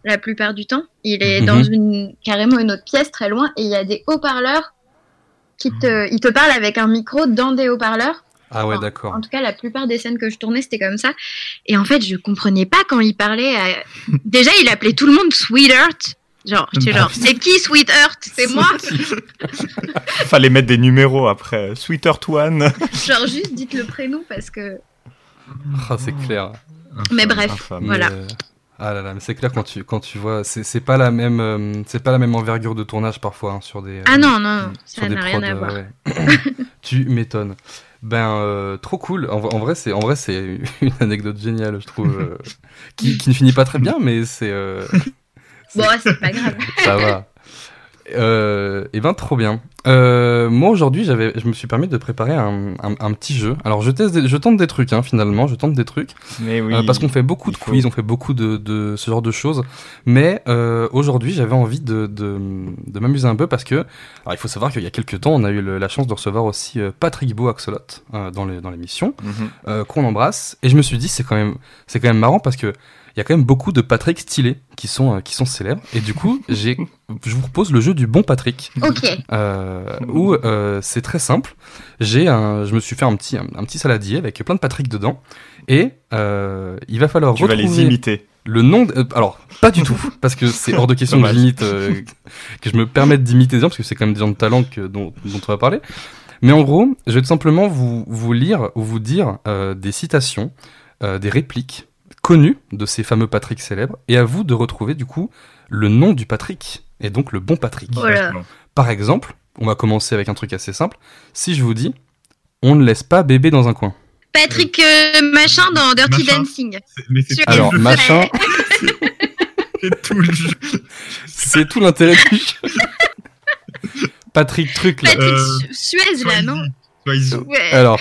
la plupart du temps. Il est
Mhm.
dans une, carrément une autre pièce très loin et il y a des haut-parleurs qui te, ils te parlent avec un micro dans des haut-parleurs.
Ah ouais, d'accord.
En tout cas, la plupart des scènes que je tournais, c'était comme ça. Et en fait, je comprenais pas quand il parlait. à- Déjà, il appelait tout le monde Sweetheart. Genre, j'étais
Bah,
genre, c'est qui Sweetheart C'est moi
Fallait mettre des numéros après. Sweetheart One.
Genre, juste dites le prénom parce que.
Ah, c'est clair.
Mais bref,
Infâme.
Mais,
voilà.
euh, Ah là là, mais c'est clair quand tu quand tu vois, c'est c'est pas la même euh, c'est pas la même envergure de tournage parfois hein, sur des euh,
Ah non, non, ça
sur des
n'a rien
prods,
à
euh,
voir.
ouais. tu m'étonnes. Ben euh, trop cool. En, en vrai c'est en vrai c'est une anecdote géniale je trouve euh, qui, qui ne finit pas très bien mais c'est euh,
Bon, c'est pas grave.
ça va. Euh, et ben trop bien. Euh, moi aujourd'hui, j'avais, je me suis permis de préparer un, un- un petit jeu. Alors je teste, des- je tente des trucs hein, finalement, je tente des trucs
Mais oui.
Euh, parce qu'on fait beaucoup de
il faut.
quiz, on fait beaucoup de, de ce genre de choses. Mais euh, aujourd'hui, j'avais envie de, de, de m'amuser un peu parce que, alors il faut savoir qu'il y a quelques temps, on a eu le- la chance de recevoir aussi euh, Patrick Beau Axolot euh, dans les- dans l'émission
Mhm.
euh, qu'on embrasse. Et je me suis dit, c'est quand même, c'est quand même marrant parce que il y a quand même beaucoup de Patrick stylés qui sont, euh, qui sont célèbres. Et du coup, j'ai, je vous propose le jeu du bon Patrick,
ok,
euh, où euh, c'est très simple. J'ai un, je me suis fait un petit, un, un petit saladier avec plein de Patrick dedans, et euh, il va falloir
Tu vas
retrouver
les imiter.
le nom. de- euh, alors, pas du tout, parce que c'est hors de question que
Dommage.
j'imite, euh, que je me permette d'imiter des gens, parce que c'est quand même des gens de talent que, dont, dont on va parler. Mais en gros, je vais tout simplement vous, vous lire ou vous dire euh, des citations, euh, des répliques connues de ces fameux Patrick célèbres, et à vous de retrouver du coup le nom du Patrick, et donc le bon Patrick.
voilà.
Par exemple, on va commencer avec un truc assez simple. Si je vous dis, on ne laisse pas bébé dans un coin.
Patrick euh, Machin dans Dirty
Machin.
Dancing.
C'est- Mais c'est
Sur-
Alors,
Ouais.
machin,
c'est tout le jeu.
c'est tout l'intérêt du jeu. Patrick truc là.
Patrick
Euh,
Su- Suez, là, non
Swayze.
Ouais.
Alors,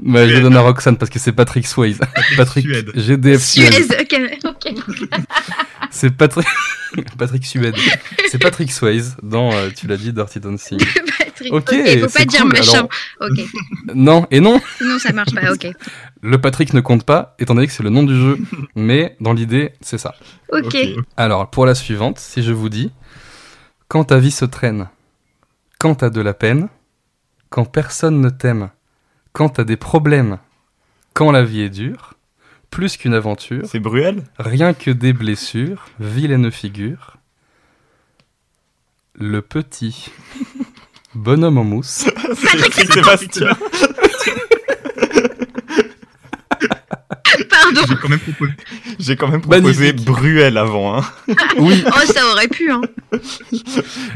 bah, je le donne à Roxane parce que c'est Patrick Swayze. Patrick
Suède.
GDF
Suez,
Suède.
ok. ok.
C'est Patrick. Patrick Suède. C'est Patrick Swayze dans, euh, tu l'as dit, Dirty Dancing.
Patrick.
Ok,
faut pas
c'est
dire
cool.
machin.
Alors-
Ok,
Non, et non,
sinon ça marche pas, ok.
le Patrick ne compte pas, étant donné que c'est le nom du jeu. Mais dans l'idée, c'est ça.
Ok.
Alors, pour la suivante, si je vous dis Quand ta vie se traîne, quand t'as de la peine, quand personne ne t'aime, quand t'as des problèmes, quand la vie est dure, plus qu'une aventure,
C'est Bruel
rien que des blessures, vilaine figure, le petit bonhomme en mousse,
C'est Sébastien.
Pardon.
J'ai quand même proposé.
J'ai quand même proposé
Magnifique.
Bruel avant. Hein.
oui,
Oh, ça aurait pu, hein.
ils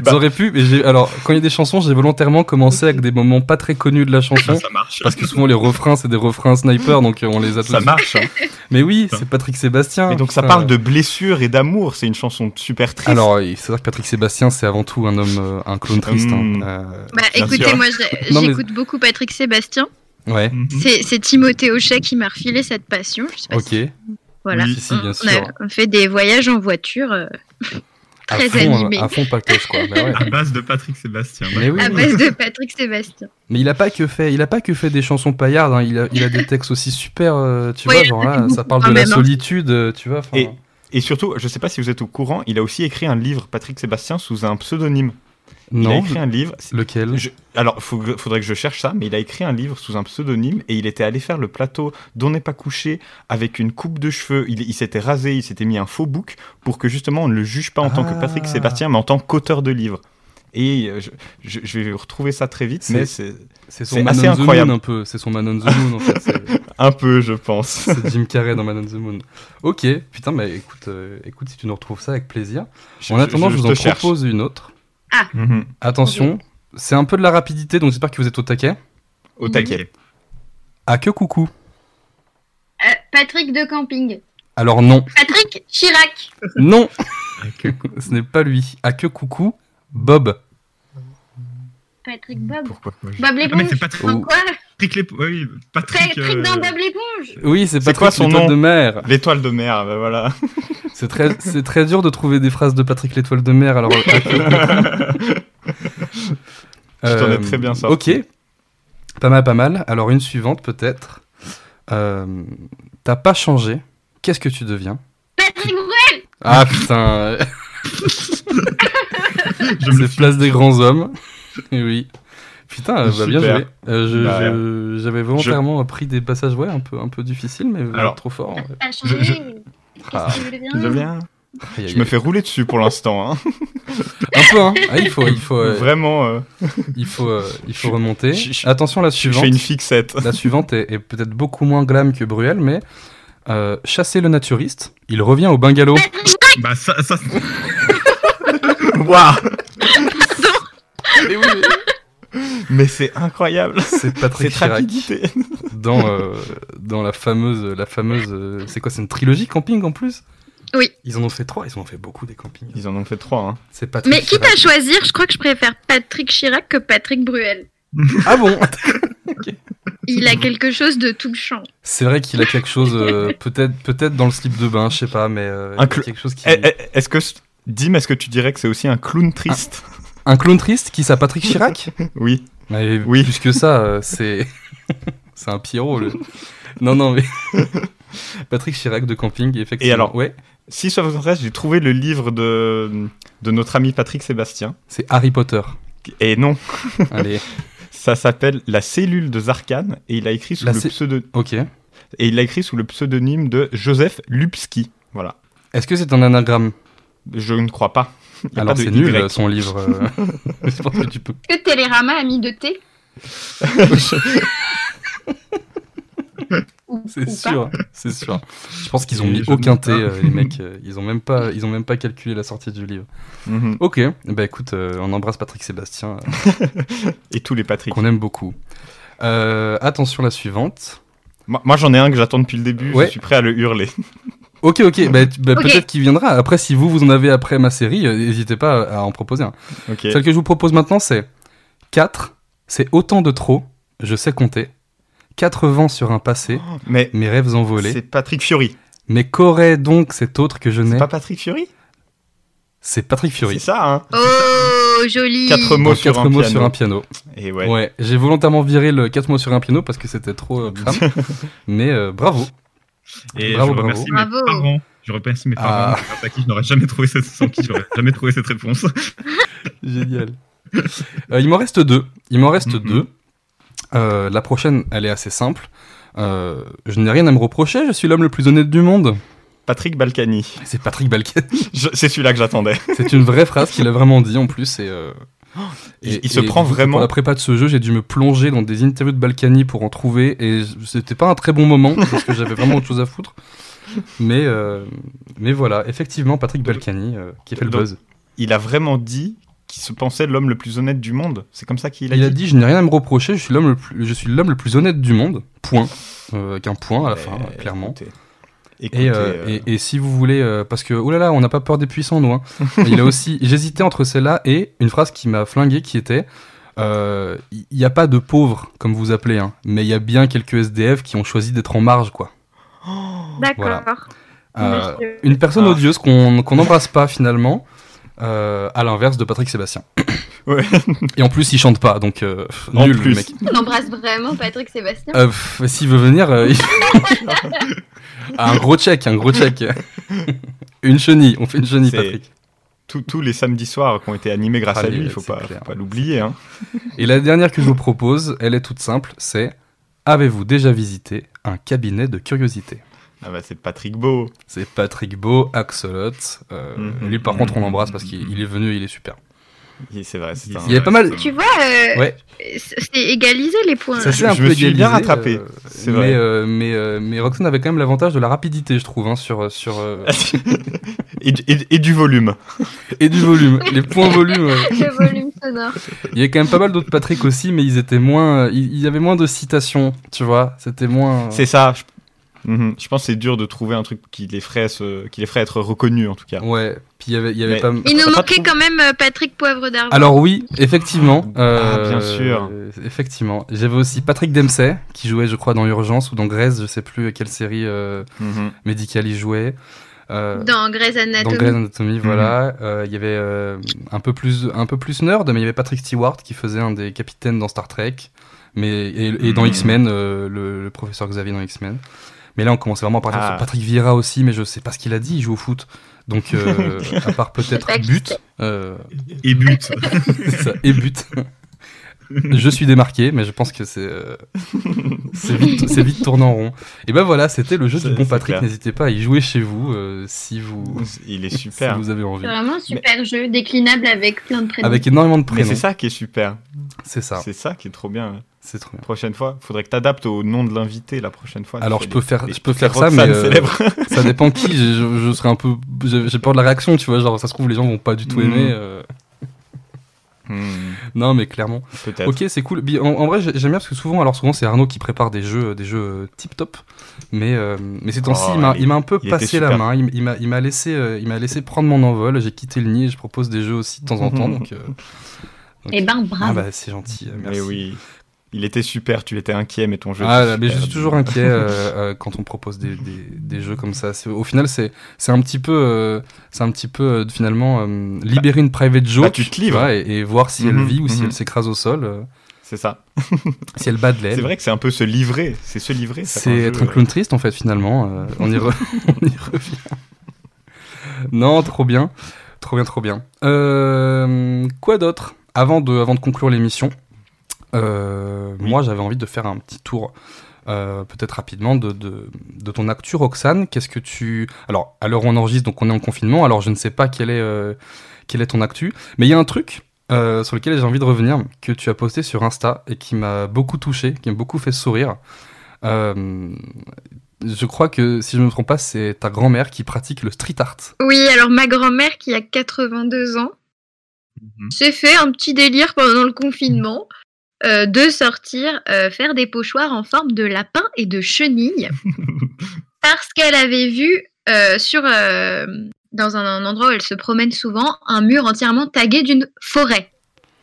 auraient pu, mais j'ai- alors, quand il y a des chansons, j'ai volontairement commencé avec des moments pas très connus de la chanson,
Ça marche.
parce que souvent les refrains, c'est des refrains sniper, donc euh, on les a tous
Ça marche. hein.
Mais oui,
Putain.
c'est Patrick Sébastien.
Et donc ça
putain.
parle de blessures et d'amour. C'est une chanson super triste.
Alors, il faut savoir que Patrick Sébastien, c'est avant tout un homme, euh, un clone triste. hein.
Mm.
Euh,
Bah
Bien
écoutez,
sûr.
moi je-
Non, mais-
j'écoute beaucoup Patrick Sébastien.
ouais.
Mhm.
C'est c'est Timothée Hochet qui m'a refilé cette passion. Je sais pas
Ok.
si- Voilà.
oui, si,
on,
bien
on a-
sûr.
on fait des voyages en voiture euh,
À
très
fond,
animés
euh, à fond package, quoi. Mais, ouais.
À base de Patrick Sébastien. ouais.
Mais oui.
à base de Patrick Sébastien.
Mais il a pas que fait, il a pas que fait des chansons paillardes. hein. Il, a, il a des textes aussi super. euh, tu
Ouais,
vois,
il
genre
en a
là,
beaucoup,
ça parle
quand
de la
même, hein.
solitude, euh, tu vois. enfin,
Et- Et surtout, je sais pas si vous êtes au courant, il a aussi écrit un livre, Patrick Sébastien, sous un pseudonyme. Il a
Non.
écrit un livre. c'est-
Lequel
Je- Alors, faut que- faudrait que je cherche ça, mais il a écrit un livre sous un pseudonyme et il était allé faire le plateau d'On n'est pas couché avec une coupe de cheveux. Il, il s'était rasé, il s'était mis un faux bouc pour que justement on ne le juge pas en tant que Patrick
Ah.
Sébastien, mais en tant qu'auteur de livre. Et euh, je, je- je vais retrouver ça très vite,
C'est-
mais c'est
C'est son
c'est
Man
assez
on the Moon
incroyable.
un peu. C'est son Man on the Moon en fait. C'est-
un peu, je pense.
C'est Jim Carrey dans Man on the Moon. Ok, putain, bah écoute, euh, écoute si tu nous retrouves ça avec plaisir.
Je-
en attendant, je, vous
te
en
cherche.
propose une autre.
Mhm.
Attention, c'est un peu de la rapidité, donc j'espère que vous êtes au taquet.
Au taquet.
À que coucou
Euh, Patrick de Camping.
Alors non,
Patrick Chirac.
non, Ah, ce n'est pas lui. À que coucou Bob.
Patrick Bob.
Pourquoi moi, je-
Bob
Ah, mais c'est
l'éponge.
Patrick,
Oh.
Quoi
Patrick Lép- oui, Patrick.
Patrick
euh,
dans Bob l'éponge.
Oui, c'est Patrick
quoi son
l'étoile
nom
de mer.
L'étoile de mer, ben voilà.
C'est très, c'est très dur de trouver des phrases de Patrick l'étoile de mer. Alors, à que
Je t'en ai
Euh,
très bien sorti.
Ok. Pas mal, pas mal. Alors, une suivante, peut-être. Euh, T'as pas changé. Qu'est-ce que tu deviens
Patrick Bruel.
Ah putain
Je me le
C'est Place des Grands Hommes. Et oui. Putain, euh, bah, bien
Super.
joué. Euh, je-
Bah,
je- J'avais volontairement pris des passages ouais, un, peu, un peu difficiles, mais
Alors.
trop fort. ouais.
T'as changé.
je-
Ah.
Qu'est-ce que tu
Mmh.
Je
deviens
viens.
Aïe, aïe,
Je me fais rouler dessus pour l'instant. hein.
aïe. Un peu, hein. Ah, il faut, il faut, euh,
Vraiment, euh,
il faut, euh, il faut
Je-
remonter.
je- je-
Attention, la
je
suivante.
fais une fixette.
Bah,
La suivante est, est peut-être beaucoup moins glam que Bruel, mais euh, chasser le naturiste, il revient au bungalow.
suis- Bah, ça, ça, c'est-
Waouh
Eh oui,
Mais c'est incroyable.
c'est Patrick
Cette
Chirac
rapidité.
dans, euh, dans la fameuse, la fameuse, euh, c'est quoi, c'est une trilogie camping en plus
Oui.
Ils en ont fait trois, ils en ont fait beaucoup des campings.
Ils en ont fait trois. Hein.
C'est Patrick
Mais quitte
Chirac.
à choisir, je crois que je préfère Patrick Chirac que Patrick Bruel.
Ah bon
Il a quelque chose de touchant.
C'est vrai qu'il a quelque chose, euh, peut-être, peut-être dans le slip de bain, je sais pas, mais euh, il y a
Inclu-
quelque chose qui.
Eh, eh, Est-ce que c- Dim, est-ce que tu dirais que c'est aussi un clown triste
Un clown triste qui s'appelle Patrick Chirac
Ah. Oui.
Mais
Oui.
Plus que ça, euh, c'est, c'est un Pierrot. Le... Non, non, mais Patrick Chirac de camping, effectivement.
alors
ouais,
Si ça vous intéresse, j'ai trouvé le livre de, de notre ami Patrick Sébastien.
c'est Harry Potter.
Et non,
Allez,
ça s'appelle La cellule de Zarkane et il a écrit sous
La
le
cé-
pseudo-
ok.
et il a écrit sous le pseudonyme de Joseph Lupski. Voilà.
Est-ce que c'est un anagramme
Je ne crois pas. Il y a
Alors
pas de
c'est nul
Y.
son livre. euh. Je pense que tu peux.
Que Télérama a mis de thé Ou- ou
C'est
pas.
sûr, c'est sûr. Je pense qu'ils ont
Et
mis
je
aucun
doute
thé,
pas.
euh, les mecs. euh, Ils ont même pas, ils ont même pas calculé la sortie du livre.
Mhm.
Ok, bah écoute, euh, on embrasse Patrick Sébastien, euh,
Et tous les Patrick.
qu'on aime beaucoup. Euh, attention la suivante.
Moi, moi, j'en ai un que j'attends depuis le début.
Ouais.
Je suis prêt à le hurler.
Ok, ok, bah, tu- bah,
Ok.
peut-être qu'il viendra. Après, si vous vous en avez après ma série, euh, n'hésitez pas à en proposer un.
Ok.
Celle que je vous propose maintenant, c'est 4, c'est autant de trop, je sais compter. 80 sur un passé,
Mais
mes rêves envolés.
c'est Patrick Fiori.
Mais qu'aurait donc cet autre que je
C'est
n'ai
pas Patrick Fiori
C'est Patrick Fury.
C'est ça, hein
Oh, joli
Quatre mots
Dans
sur
quatre
un
mots
piano.
sur un piano.
Et
Ouais.
ouais.
J'ai volontairement viré le 4 mots sur un piano parce que c'était trop euh, crame. Mais euh, bravo.
Et
Bravo,
je remercie mes
bravo.
parents. Je remercie mes
Ah.
parents. grâce à qui je n'aurais jamais trouvé cette, sans qui j'aurais jamais trouvé cette réponse.
Génial. Euh, il m'en reste deux. Il m'en reste
Mhm.
Mm-hmm.
deux. Euh, la prochaine, elle est assez simple. Euh, je n'ai rien à me reprocher, je suis l'homme le plus honnête du monde.
Patrick Balkany.
C'est Patrick Balkan.
Je- C'est celui-là que j'attendais.
C'est une vraie phrase qu'il a vraiment dit en plus. Et, euh,
Il- il se prend
du coup,
vraiment-
Pour la prépa de ce jeu, j'ai dû me plonger dans des interviews de Balkany pour en trouver. Et j- c'était pas un très bon moment parce que j'avais vraiment autre chose à foutre. Mais, euh, mais voilà, effectivement, Patrick Balkany euh, qui fait le
Donc,
buzz.
Il a vraiment dit qu'il se pensait l'homme le plus honnête du monde. C'est comme ça qu'il
Il
a,
a, dit Je n'ai rien à me reprocher, je suis l'homme le, plus- je suis l'homme le plus honnête du monde. Point. Euh, avec un point à la
Mais
fin, euh, clairement.
Eh, écoutez, écoutez,
Et, euh,
euh,
et, et si vous voulez, euh, parce que oh là là, on n'a pas peur des puissants, nous. hein. Il a aussi, j'hésitais entre celle-là et une phrase qui m'a flingué, qui était euh, il n'y a pas de pauvres comme vous appelez, hein, mais il y a bien quelques SDF qui ont choisi d'être en marge, quoi.
D'accord.
Euh,
Monsieur.
une personne
Ah.
odieuse qu'on qu'on n'embrasse pas finalement, euh, à l'inverse de Patrick Sébastien.
Ouais.
Et en plus, il chante pas, donc euh, pff,
En
nul le
plus.
mec.
On embrasse vraiment Patrick Sébastien
Euh, pff, S'il veut venir, euh, il- Ah, un gros check, un gros check. une chenille, on fait une chenille,
C'est-
Patrick.
tous- tous les samedis soirs qui ont été animés grâce
Ah,
à lui,
les-
il faut
c'est
pas,
clair.
faut pas l'oublier. hein.
Et la dernière que je vous propose, elle est toute simple, c'est Avez-vous déjà visité un cabinet de curiosité
Ah bah, c'est Patrick Beau.
C'est Patrick Beau, Axolot. euh,
Mhm.
Lui, par contre, on l'embrasse parce qu'il il est venu, il est super.
Oui, C'est vrai, c'est
Il-
un-
Il y a pas mal.
Tu vois, euh,
Ouais,
c'est égalisé les points.
ça
je-
s'est un
je
peu
me suis bien
égalisé,
rattrapé,
euh,
c'est
mais,
vrai.
euh, mais, euh, mais Roxane avait quand même l'avantage de la rapidité, je trouve, hein, sur, sur, euh,
et, du- et du- et du volume.
et du volume. Les points volume. ouais.
hein, Le volume sonore.
Il y avait quand même pas mal d'autres Patrick aussi, mais ils étaient moins. euh, Il il y avait moins de citations, tu vois. C'était moins.
C'est ça. Je... Mhm. Je pense que c'est dur de trouver un truc qui les ferait, se- qui les ferait être reconnus en tout cas.
Ouais. Puis il y avait, il y avait
Mais-
pas.
Il nous
T'as pas
manquait
trouvé-
quand même euh, Patrick Poivre d'Argent.
Alors oui, effectivement. euh,
Ah, bien sûr.
euh, Effectivement. J'avais aussi Patrick Dempsey, qui jouait, je crois, dans Urgence ou dans Grèce, je sais plus quelle série euh,
Mhm.
médicale il jouait. Euh,
dans Grey's
dans
Anatomy.
Grey's Anatomy,
Mhm.
voilà. Euh, Il y avait euh, un, peu plus, un peu plus nerd, mais il y avait Patrick Stewart qui faisait un des capitaines dans Star Trek. Mais, et, et dans
Mhm.
X-Men, euh, le, le professeur Xavier dans X-Men. Mais là, on commençait vraiment à partir
Ah.
sur Patrick Vieira aussi, mais je sais pas ce qu'il a dit, il joue au foot. Donc, euh, à part peut-être
pas qui
but, euh,
Et but.
c'est ça, et but. je suis démarqué, mais je pense que c'est euh, c'est vite, c'est vite tournant rond. Et ben voilà, c'était le jeu
C'est-
du bon
c'est
Patrick.
clair.
N'hésitez pas à y jouer chez vous euh, si vous
Il est
si
super.
vous avez envie.
C'est vraiment un super jeu, déclinable avec plein de prénoms.
Avec énormément de
Mais
prénoms.
c'est ça qui est super.
C'est ça.
C'est ça qui est trop bien.
C'est trop bien.
La prochaine fois, faudrait que t'adaptes au nom de l'invité la prochaine fois.
Alors
Tu
je
fais
peux
des-
faire,
des-
je peux
des
faire ça, mais
Roxane
euh,
célèbres.
ça dépend qui. Je, je- je serais un peu, j'ai j'ai peur de la réaction, tu vois. Genre ça se trouve les gens vont pas du tout
Mhm.
aimer. euh,
Hmm,
Non, mais clairement.
Peut-être.
Ok, c'est cool. Bi- En, en vrai, j'ai- j'aime bien parce que souvent, alors souvent c'est Arnaud qui prépare des jeux, des jeux tip top. Mais euh, mais ces temps-ci,
Oh,
il m'a-
il-
il m'a un peu
il était
passé la
super.
main. Il, m- il m'a il m'a laissé, euh, il m'a laissé prendre mon envol. J'ai quitté le nid. et Je propose des jeux aussi de temps en temps.
Mhm.
Donc, euh, donc-
Eh ben, bravo.
ah bah c'est gentil. euh, Merci.
Mais oui. Il était super, tu l'étais inquiet, mais ton jeu.
Ah
était
là, mais je
super.
suis toujours inquiet euh, euh, quand on propose des, des, des jeux comme ça. C'est- Au final, c'est c'est un petit peu, euh, c'est un petit peu euh, finalement euh, libérer une private joke.
bah, tu te livres.
vois, et, et voir si elle
Mhm,
vit ou si
mhm.
elle s'écrase au sol, euh,
C'est ça.
si elle bat de l'aile.
C'est vrai que c'est un peu se livrer. C'est se livrer. ça,
C'est
qu'un jeu,
être un
euh,
clown triste en fait finalement. Euh, on, y re- on y revient. Non, trop bien, trop bien, trop bien. Euh, quoi d'autre avant de, avant de conclure l'émission, euh, moi j'avais envie de faire un petit tour. euh, peut-être rapidement de, de, de ton actu Roxane, qu'est-ce que tu... Alors, à l'heure où on enregistre, donc on est en confinement, alors je ne sais pas quelle est, euh, quelle est ton actu, mais il y a un truc euh, sur lequel j'ai envie de revenir, que tu as posté sur Insta et qui m'a beaucoup touché, qui m'a beaucoup fait sourire. Euh, je crois que, si je ne me trompe pas, c'est ta grand-mère qui pratique le street art.
Oui, alors ma grand-mère qui a 82 ans s'est fait un petit délire pendant le confinement euh, de sortir euh, faire des pochoirs en forme de lapin et de chenille parce qu'elle avait vu euh, sur euh, dans un, un endroit où elle se promène souvent un mur entièrement tagué d'une forêt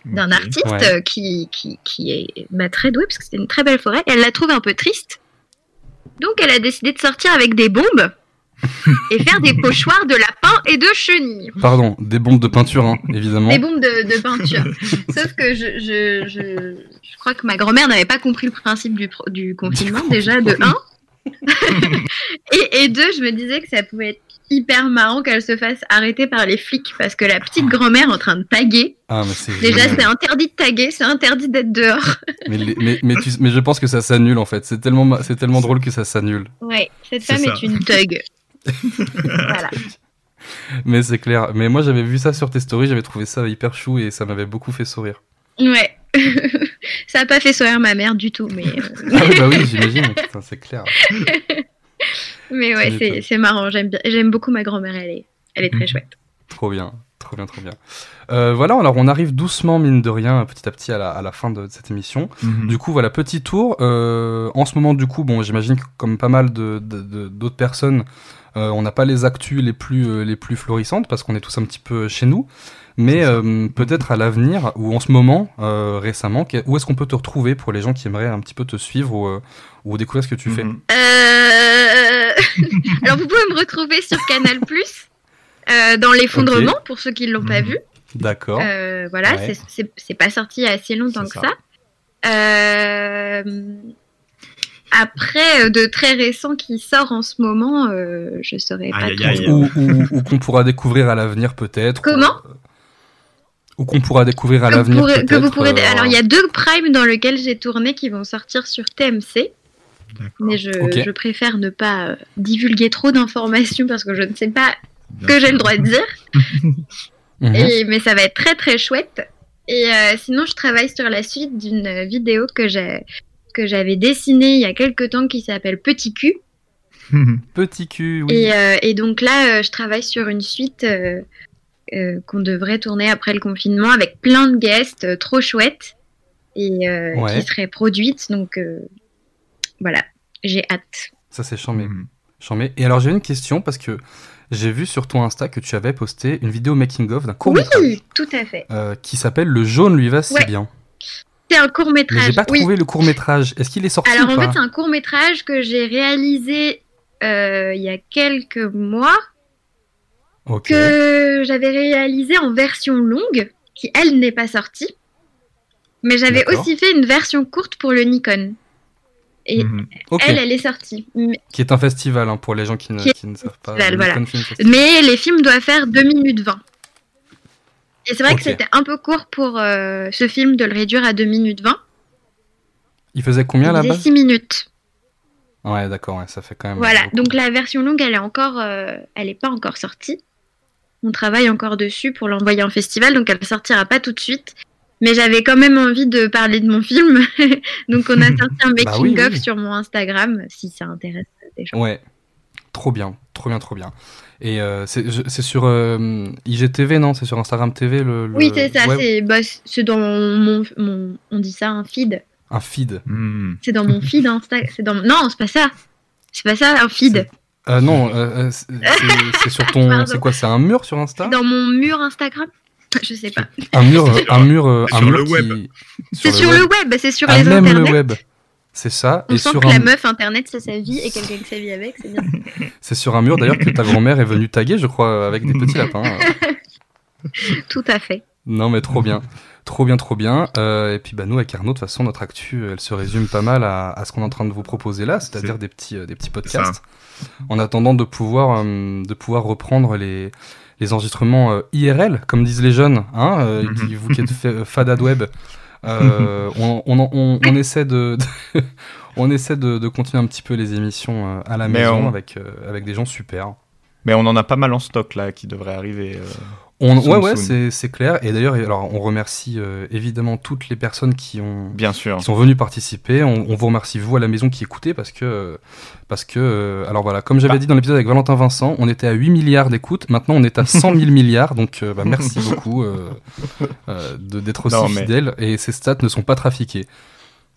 d'un
ok.
artiste
Ouais.
euh, qui, qui, qui est bah, très doué parce que c'était une très belle forêt. Elle la trouve un peu triste. Donc elle a décidé de sortir avec des bombes et faire des pochoirs de lapin et de chenille.
Pardon, des bombes de peinture, hein, évidemment.
Des bombes de, de peinture. Sauf que je, je, je, je crois que ma grand-mère n'avait pas compris le principe du, pro- du confinement, déjà, de 1. et, et deux, je me disais que ça pouvait être hyper marrant qu'elle se fasse arrêter par les flics parce que la petite grand-mère en train de taguer.
Ah, mais c'est
Déjà,
génial.
c'est interdit de taguer, c'est interdit d'être dehors.
mais, les- mais, mais tu- mais je pense que ça s'annule, en fait. C'est tellement, ma- c'est tellement drôle que ça s'annule.
Ouais, cette
C'est
femme
ça.
est une thug. voilà.
Mais c'est clair. Mais moi, j'avais vu ça sur tes stories, j'avais trouvé ça hyper chou et ça m'avait beaucoup fait sourire.
Ouais. ça n'a pas fait sourire ma mère du tout, mais, euh,
Ah oui, bah oui, j'imagine. Putain, c'est clair.
mais ouais,
Tu m'étonnes.
c'est- c'est marrant. J'aime bien- j'aime beaucoup ma grand-mère, elle est, elle est
Mhm.
très chouette.
Trop bien, trop bien, trop bien. Euh, voilà, alors on arrive doucement, mine de rien, petit à petit à la, à la fin de cette émission.
Mhm.
Du coup, voilà, petit tour. Euh, en ce moment, du coup, bon, j'imagine que comme pas mal de- de- de- d'autres personnes, euh, on n'a pas les actus les plus, euh, les plus florissantes parce qu'on est tous un petit peu chez nous. Mais euh, peut-être à l'avenir, ou en ce moment, euh, récemment, que- où est-ce qu'on peut te retrouver pour les gens qui aimeraient un petit peu te suivre ou, euh, ou découvrir ce que tu fais
Mhm.
Euh, Alors, vous pouvez me retrouver sur Canal Plus euh, dans l'effondrement pour ceux qui l'ont pas
Mhm.
vu.
D'accord.
Euh, voilà,
Ouais.
c'est- c'est- c'est pas sorti il y a si longtemps
C'est
que
ça.
ça. Euh, Après, euh, de très récent qui sort en ce moment, euh, je saurais pas
Aïe,
trop.
aïe, aïe.
ou, ou- ou qu'on pourra découvrir à l'avenir peut-être.
Comment
ou, euh, Ou qu'on pourra découvrir à
Que vous
l'avenir
pourrez-
peut-être.
que vous pourrez.
euh,
Alors, il y a deux primes dans lesquels j'ai tourné qui vont sortir sur TMC. Mais je,
Ok.
je préfère ne pas euh, divulguer trop d'informations parce que je ne sais pas
Bien
ce que j'ai
sûr.
le droit de dire.
Mhm.
Et- mais ça va être très très chouette. Et euh, sinon, je travaille sur la suite d'une euh, vidéo que j'ai que j'avais dessinée il y a quelques temps qui s'appelle Petit cul.
Mhm.
Petit cul, oui.
Et, euh, et donc là, euh, je travaille sur une suite euh, euh, qu'on devrait tourner après le confinement avec plein de guests euh, trop chouettes et euh,
Ouais.
qui seraient produites. Donc euh, voilà, j'ai hâte.
Ça, c'est charmé.
Mhm.
charmé. Et alors, j'ai une question parce que j'ai vu sur ton Insta que tu avais posté une vidéo making-of d'un
Oui,
court-métrage
tout à fait.
euh, qui s'appelle Le jaune lui va si
Ouais.
bien.
C'est un court
Mais
métrage.
j'ai pas
oui.
trouvé le court-métrage. Est-ce qu'il est sorti
Alors
ou
en
pas
fait, c'est un court métrage que j'ai réalisé euh, il y a quelques mois,
Ok.
que j'avais réalisé en version longue, qui elle n'est pas sortie. Mais j'avais
D'accord.
aussi fait une version courte pour le Nikon. Et
Mhm.
Ok.
elle, elle est sortie. Mais,
Qui est un festival hein, pour les gens qui ne,
Qui est
qui ne savent pas.
festival,
le
voilà.
Nikon Film Festival.
mais les films doivent faire 2 minutes 20. Et c'est vrai
Ok.
que c'était un peu court pour euh, ce film de le réduire à 2 minutes 20.
Il faisait combien
Il
là-bas
faisait 6 minutes.
Ouais, d'accord, ouais, ça fait quand même.
Voilà,
beaucoup.
donc la version longue, elle est encore, euh, elle est pas encore sortie. On travaille encore dessus pour l'envoyer en festival, donc elle sortira pas tout de suite. Mais j'avais quand même envie de parler de mon film, donc on a sorti un making
Bah oui,
of
oui.
sur mon Instagram, si ça intéresse des gens.
Ouais, trop bien, trop bien, trop bien. Et euh, c'est je- c'est sur euh, IGTV, non C'est sur Instagram TV le. le-
Oui, c'est ça,
Euh, ouais,
c'est bah, c'est dans mon, mon- on dit ça un feed,
Un feed.
Mhm.
c'est dans mon feed Insta, c'est dans non, c'est pas ça, c'est pas ça un feed,
Euh, non, euh, euh, c'est c'est sur ton.
Pardon.
C'est quoi C'est un mur sur Insta
c'est dans mon mur Instagram, je sais pas,
Un mur,
C'est sur-
un mur, euh,
c'est
un
sur
mur
le
qui-
web.
c'est sur le web, c'est sur
Ah,
les
même
internets.
le web. C'est ça.
On
et
sent
sur
que la
un,
meuf internet c'est sa vie et qu'elle gagne sa vie avec, c'est bien.
c'est sur un mur d'ailleurs que ta grand-mère est venue taguer, je crois, avec des petits lapins.
Tout à fait.
Non, mais trop bien. Trop bien, trop bien. Euh, et puis, bah, nous, avec Arnaud, de toute façon, notre actu, elle se résume pas mal à, à ce qu'on est en train de vous proposer là, c'est-à-dire
C'est-
des petits, euh, des petits podcasts. En attendant de pouvoir, euh, de pouvoir reprendre les, les enregistrements euh, IRL, comme disent les jeunes, hein, euh,
Mhm.
qui, vous qui êtes fa- euh, fadade web. Euh, on, on, en- on- on essaie de. de- On essaie de, de continuer un petit peu les émissions euh, à la
Mais
maison
on-
avec, euh, avec des gens super.
Mais on en a pas mal en stock là qui devrait arriver. euh.
On,
Soon,
ouais, ouais,
soon.
c'est c'est clair. Et d'ailleurs, alors, on remercie euh, évidemment toutes les personnes qui ont,
Bien sûr.
qui sont venus participer. On, on vous remercie vous à la maison qui écoutez parce que euh, parce que euh, alors voilà, comme j'avais
Bah.
dit dans l'épisode avec Valentin Vincent, on était à 8 milliards d'écoutes, maintenant on est à 100 000 milliards. Donc euh, bah, merci beaucoup euh, euh, de- d'être aussi
Non, mais-
fidèle et ces stats ne sont pas trafiquées.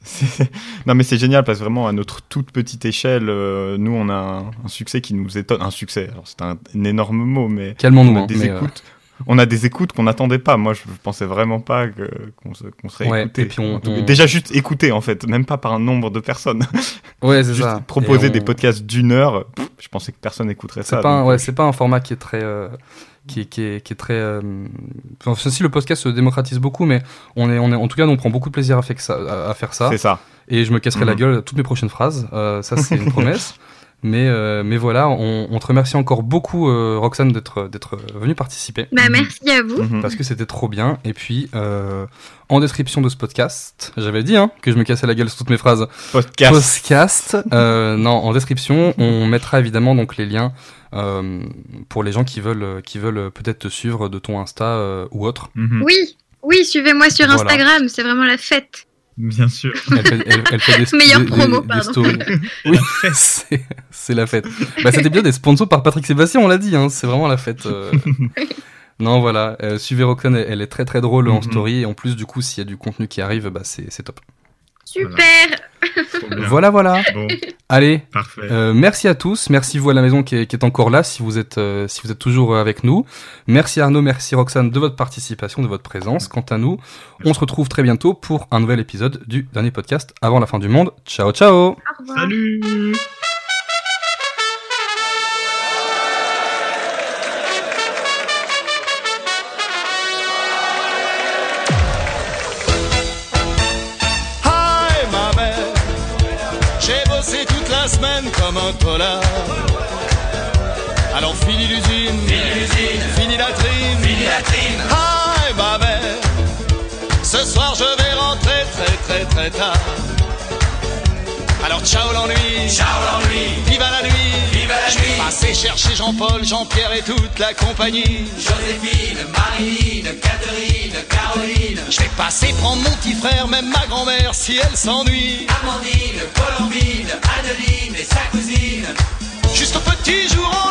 C'est- non mais c'est génial parce que vraiment à notre toute petite échelle, euh, nous on a un, un succès qui nous étonne, un succès. Alors c'est un, un énorme mot, mais
Calmons-nous.
on a
hein,
des
mais, euh,
écoutes. On a des écoutes qu'on n'attendait pas. Moi, je pensais vraiment pas que- qu'on se- qu'on serait
Ouais,
écouté.
et puis on-
En tout cas,
on-
Déjà juste écouté en fait, même pas par un nombre de personnes.
euh, ouais, c'est
juste
ça.
proposer
Et on-
des podcasts d'une heure, pff, je pensais que personne n'écouterait ça.
C'est pas, un-
donc,
ouais, c'est pas un format qui est très. euh, qui, est- qui est, qui est très. euh, Enfin, ceci, le podcast se démocratise beaucoup, mais on est, on est, en tout cas, nous, on prend beaucoup de plaisir à, fait que ça, à- à faire ça.
C'est ça.
Et je me casserai la
Mhm.
gueule à toutes mes prochaines phrases. Euh, ça, c'est une promesse. Mais, euh, mais voilà, on, on te remercie encore beaucoup, euh, Roxane, d'être d'être venue participer.
Bah merci à vous.
Mhm.
Mm-hmm.
Parce que c'était trop bien. Et puis, euh, en description de ce podcast, j'avais dit hein, que je me cassais la gueule sur toutes mes phrases
Podcast.
podcast. Euh, non, en description, on mettra évidemment donc les liens euh, pour les gens qui veulent, qui veulent peut-être te suivre de ton Insta euh, ou autre.
Mhm.
Oui, oui, suivez-moi sur
Voilà.
Instagram, c'est vraiment la fête.
Bien sûr.
Elle fait, elle- elle fait des,
Meilleure
des-
promo,
des- des
pardon.
stories. Oui, c'est- c'est la fête. Bah, cet épisode est sponsor par Patrick Sébastien, on l'a dit. hein, c'est vraiment la fête. euh. Non, voilà. euh, suivez Roxane, elle, elle est très très drôle en
Mhm.
story. Et en plus, du coup, s'il y a du contenu qui arrive, bah, c'est c'est top.
Super.
Trop bien.
Voilà, voilà.
Bon,
Allez,
parfait.
Euh, merci à tous, merci vous à la maison qui est, qui est encore là, si vous êtes euh, si vous êtes toujours euh, avec nous. Merci Arnaud, merci Roxane de votre participation, de votre présence. Quant à nous, on se retrouve très bientôt pour un nouvel épisode du dernier podcast avant la fin du monde. Ciao ciao.
Au revoir.
Salut
Hi, my man. J'ai besoin
la semaine comme un polar. Alors fini l'usine, fini l'usine, fini la trine, fini la trine. Ah, et ma mère, ce soir je vais rentrer très très très tard. Alors ciao l'ennui, ciao l'ennui, vive à la nuit, vive la nuit. Passez chercher Jean-Paul, Jean-Pierre et toute la compagnie. Joséphine, Marie, Catherine, Caroline. Je vais passer prendre mon petit frère, même ma grand-mère si elle s'ennuie. Amandine, Colombine, Adeline et sa cousine. Juste petit jour en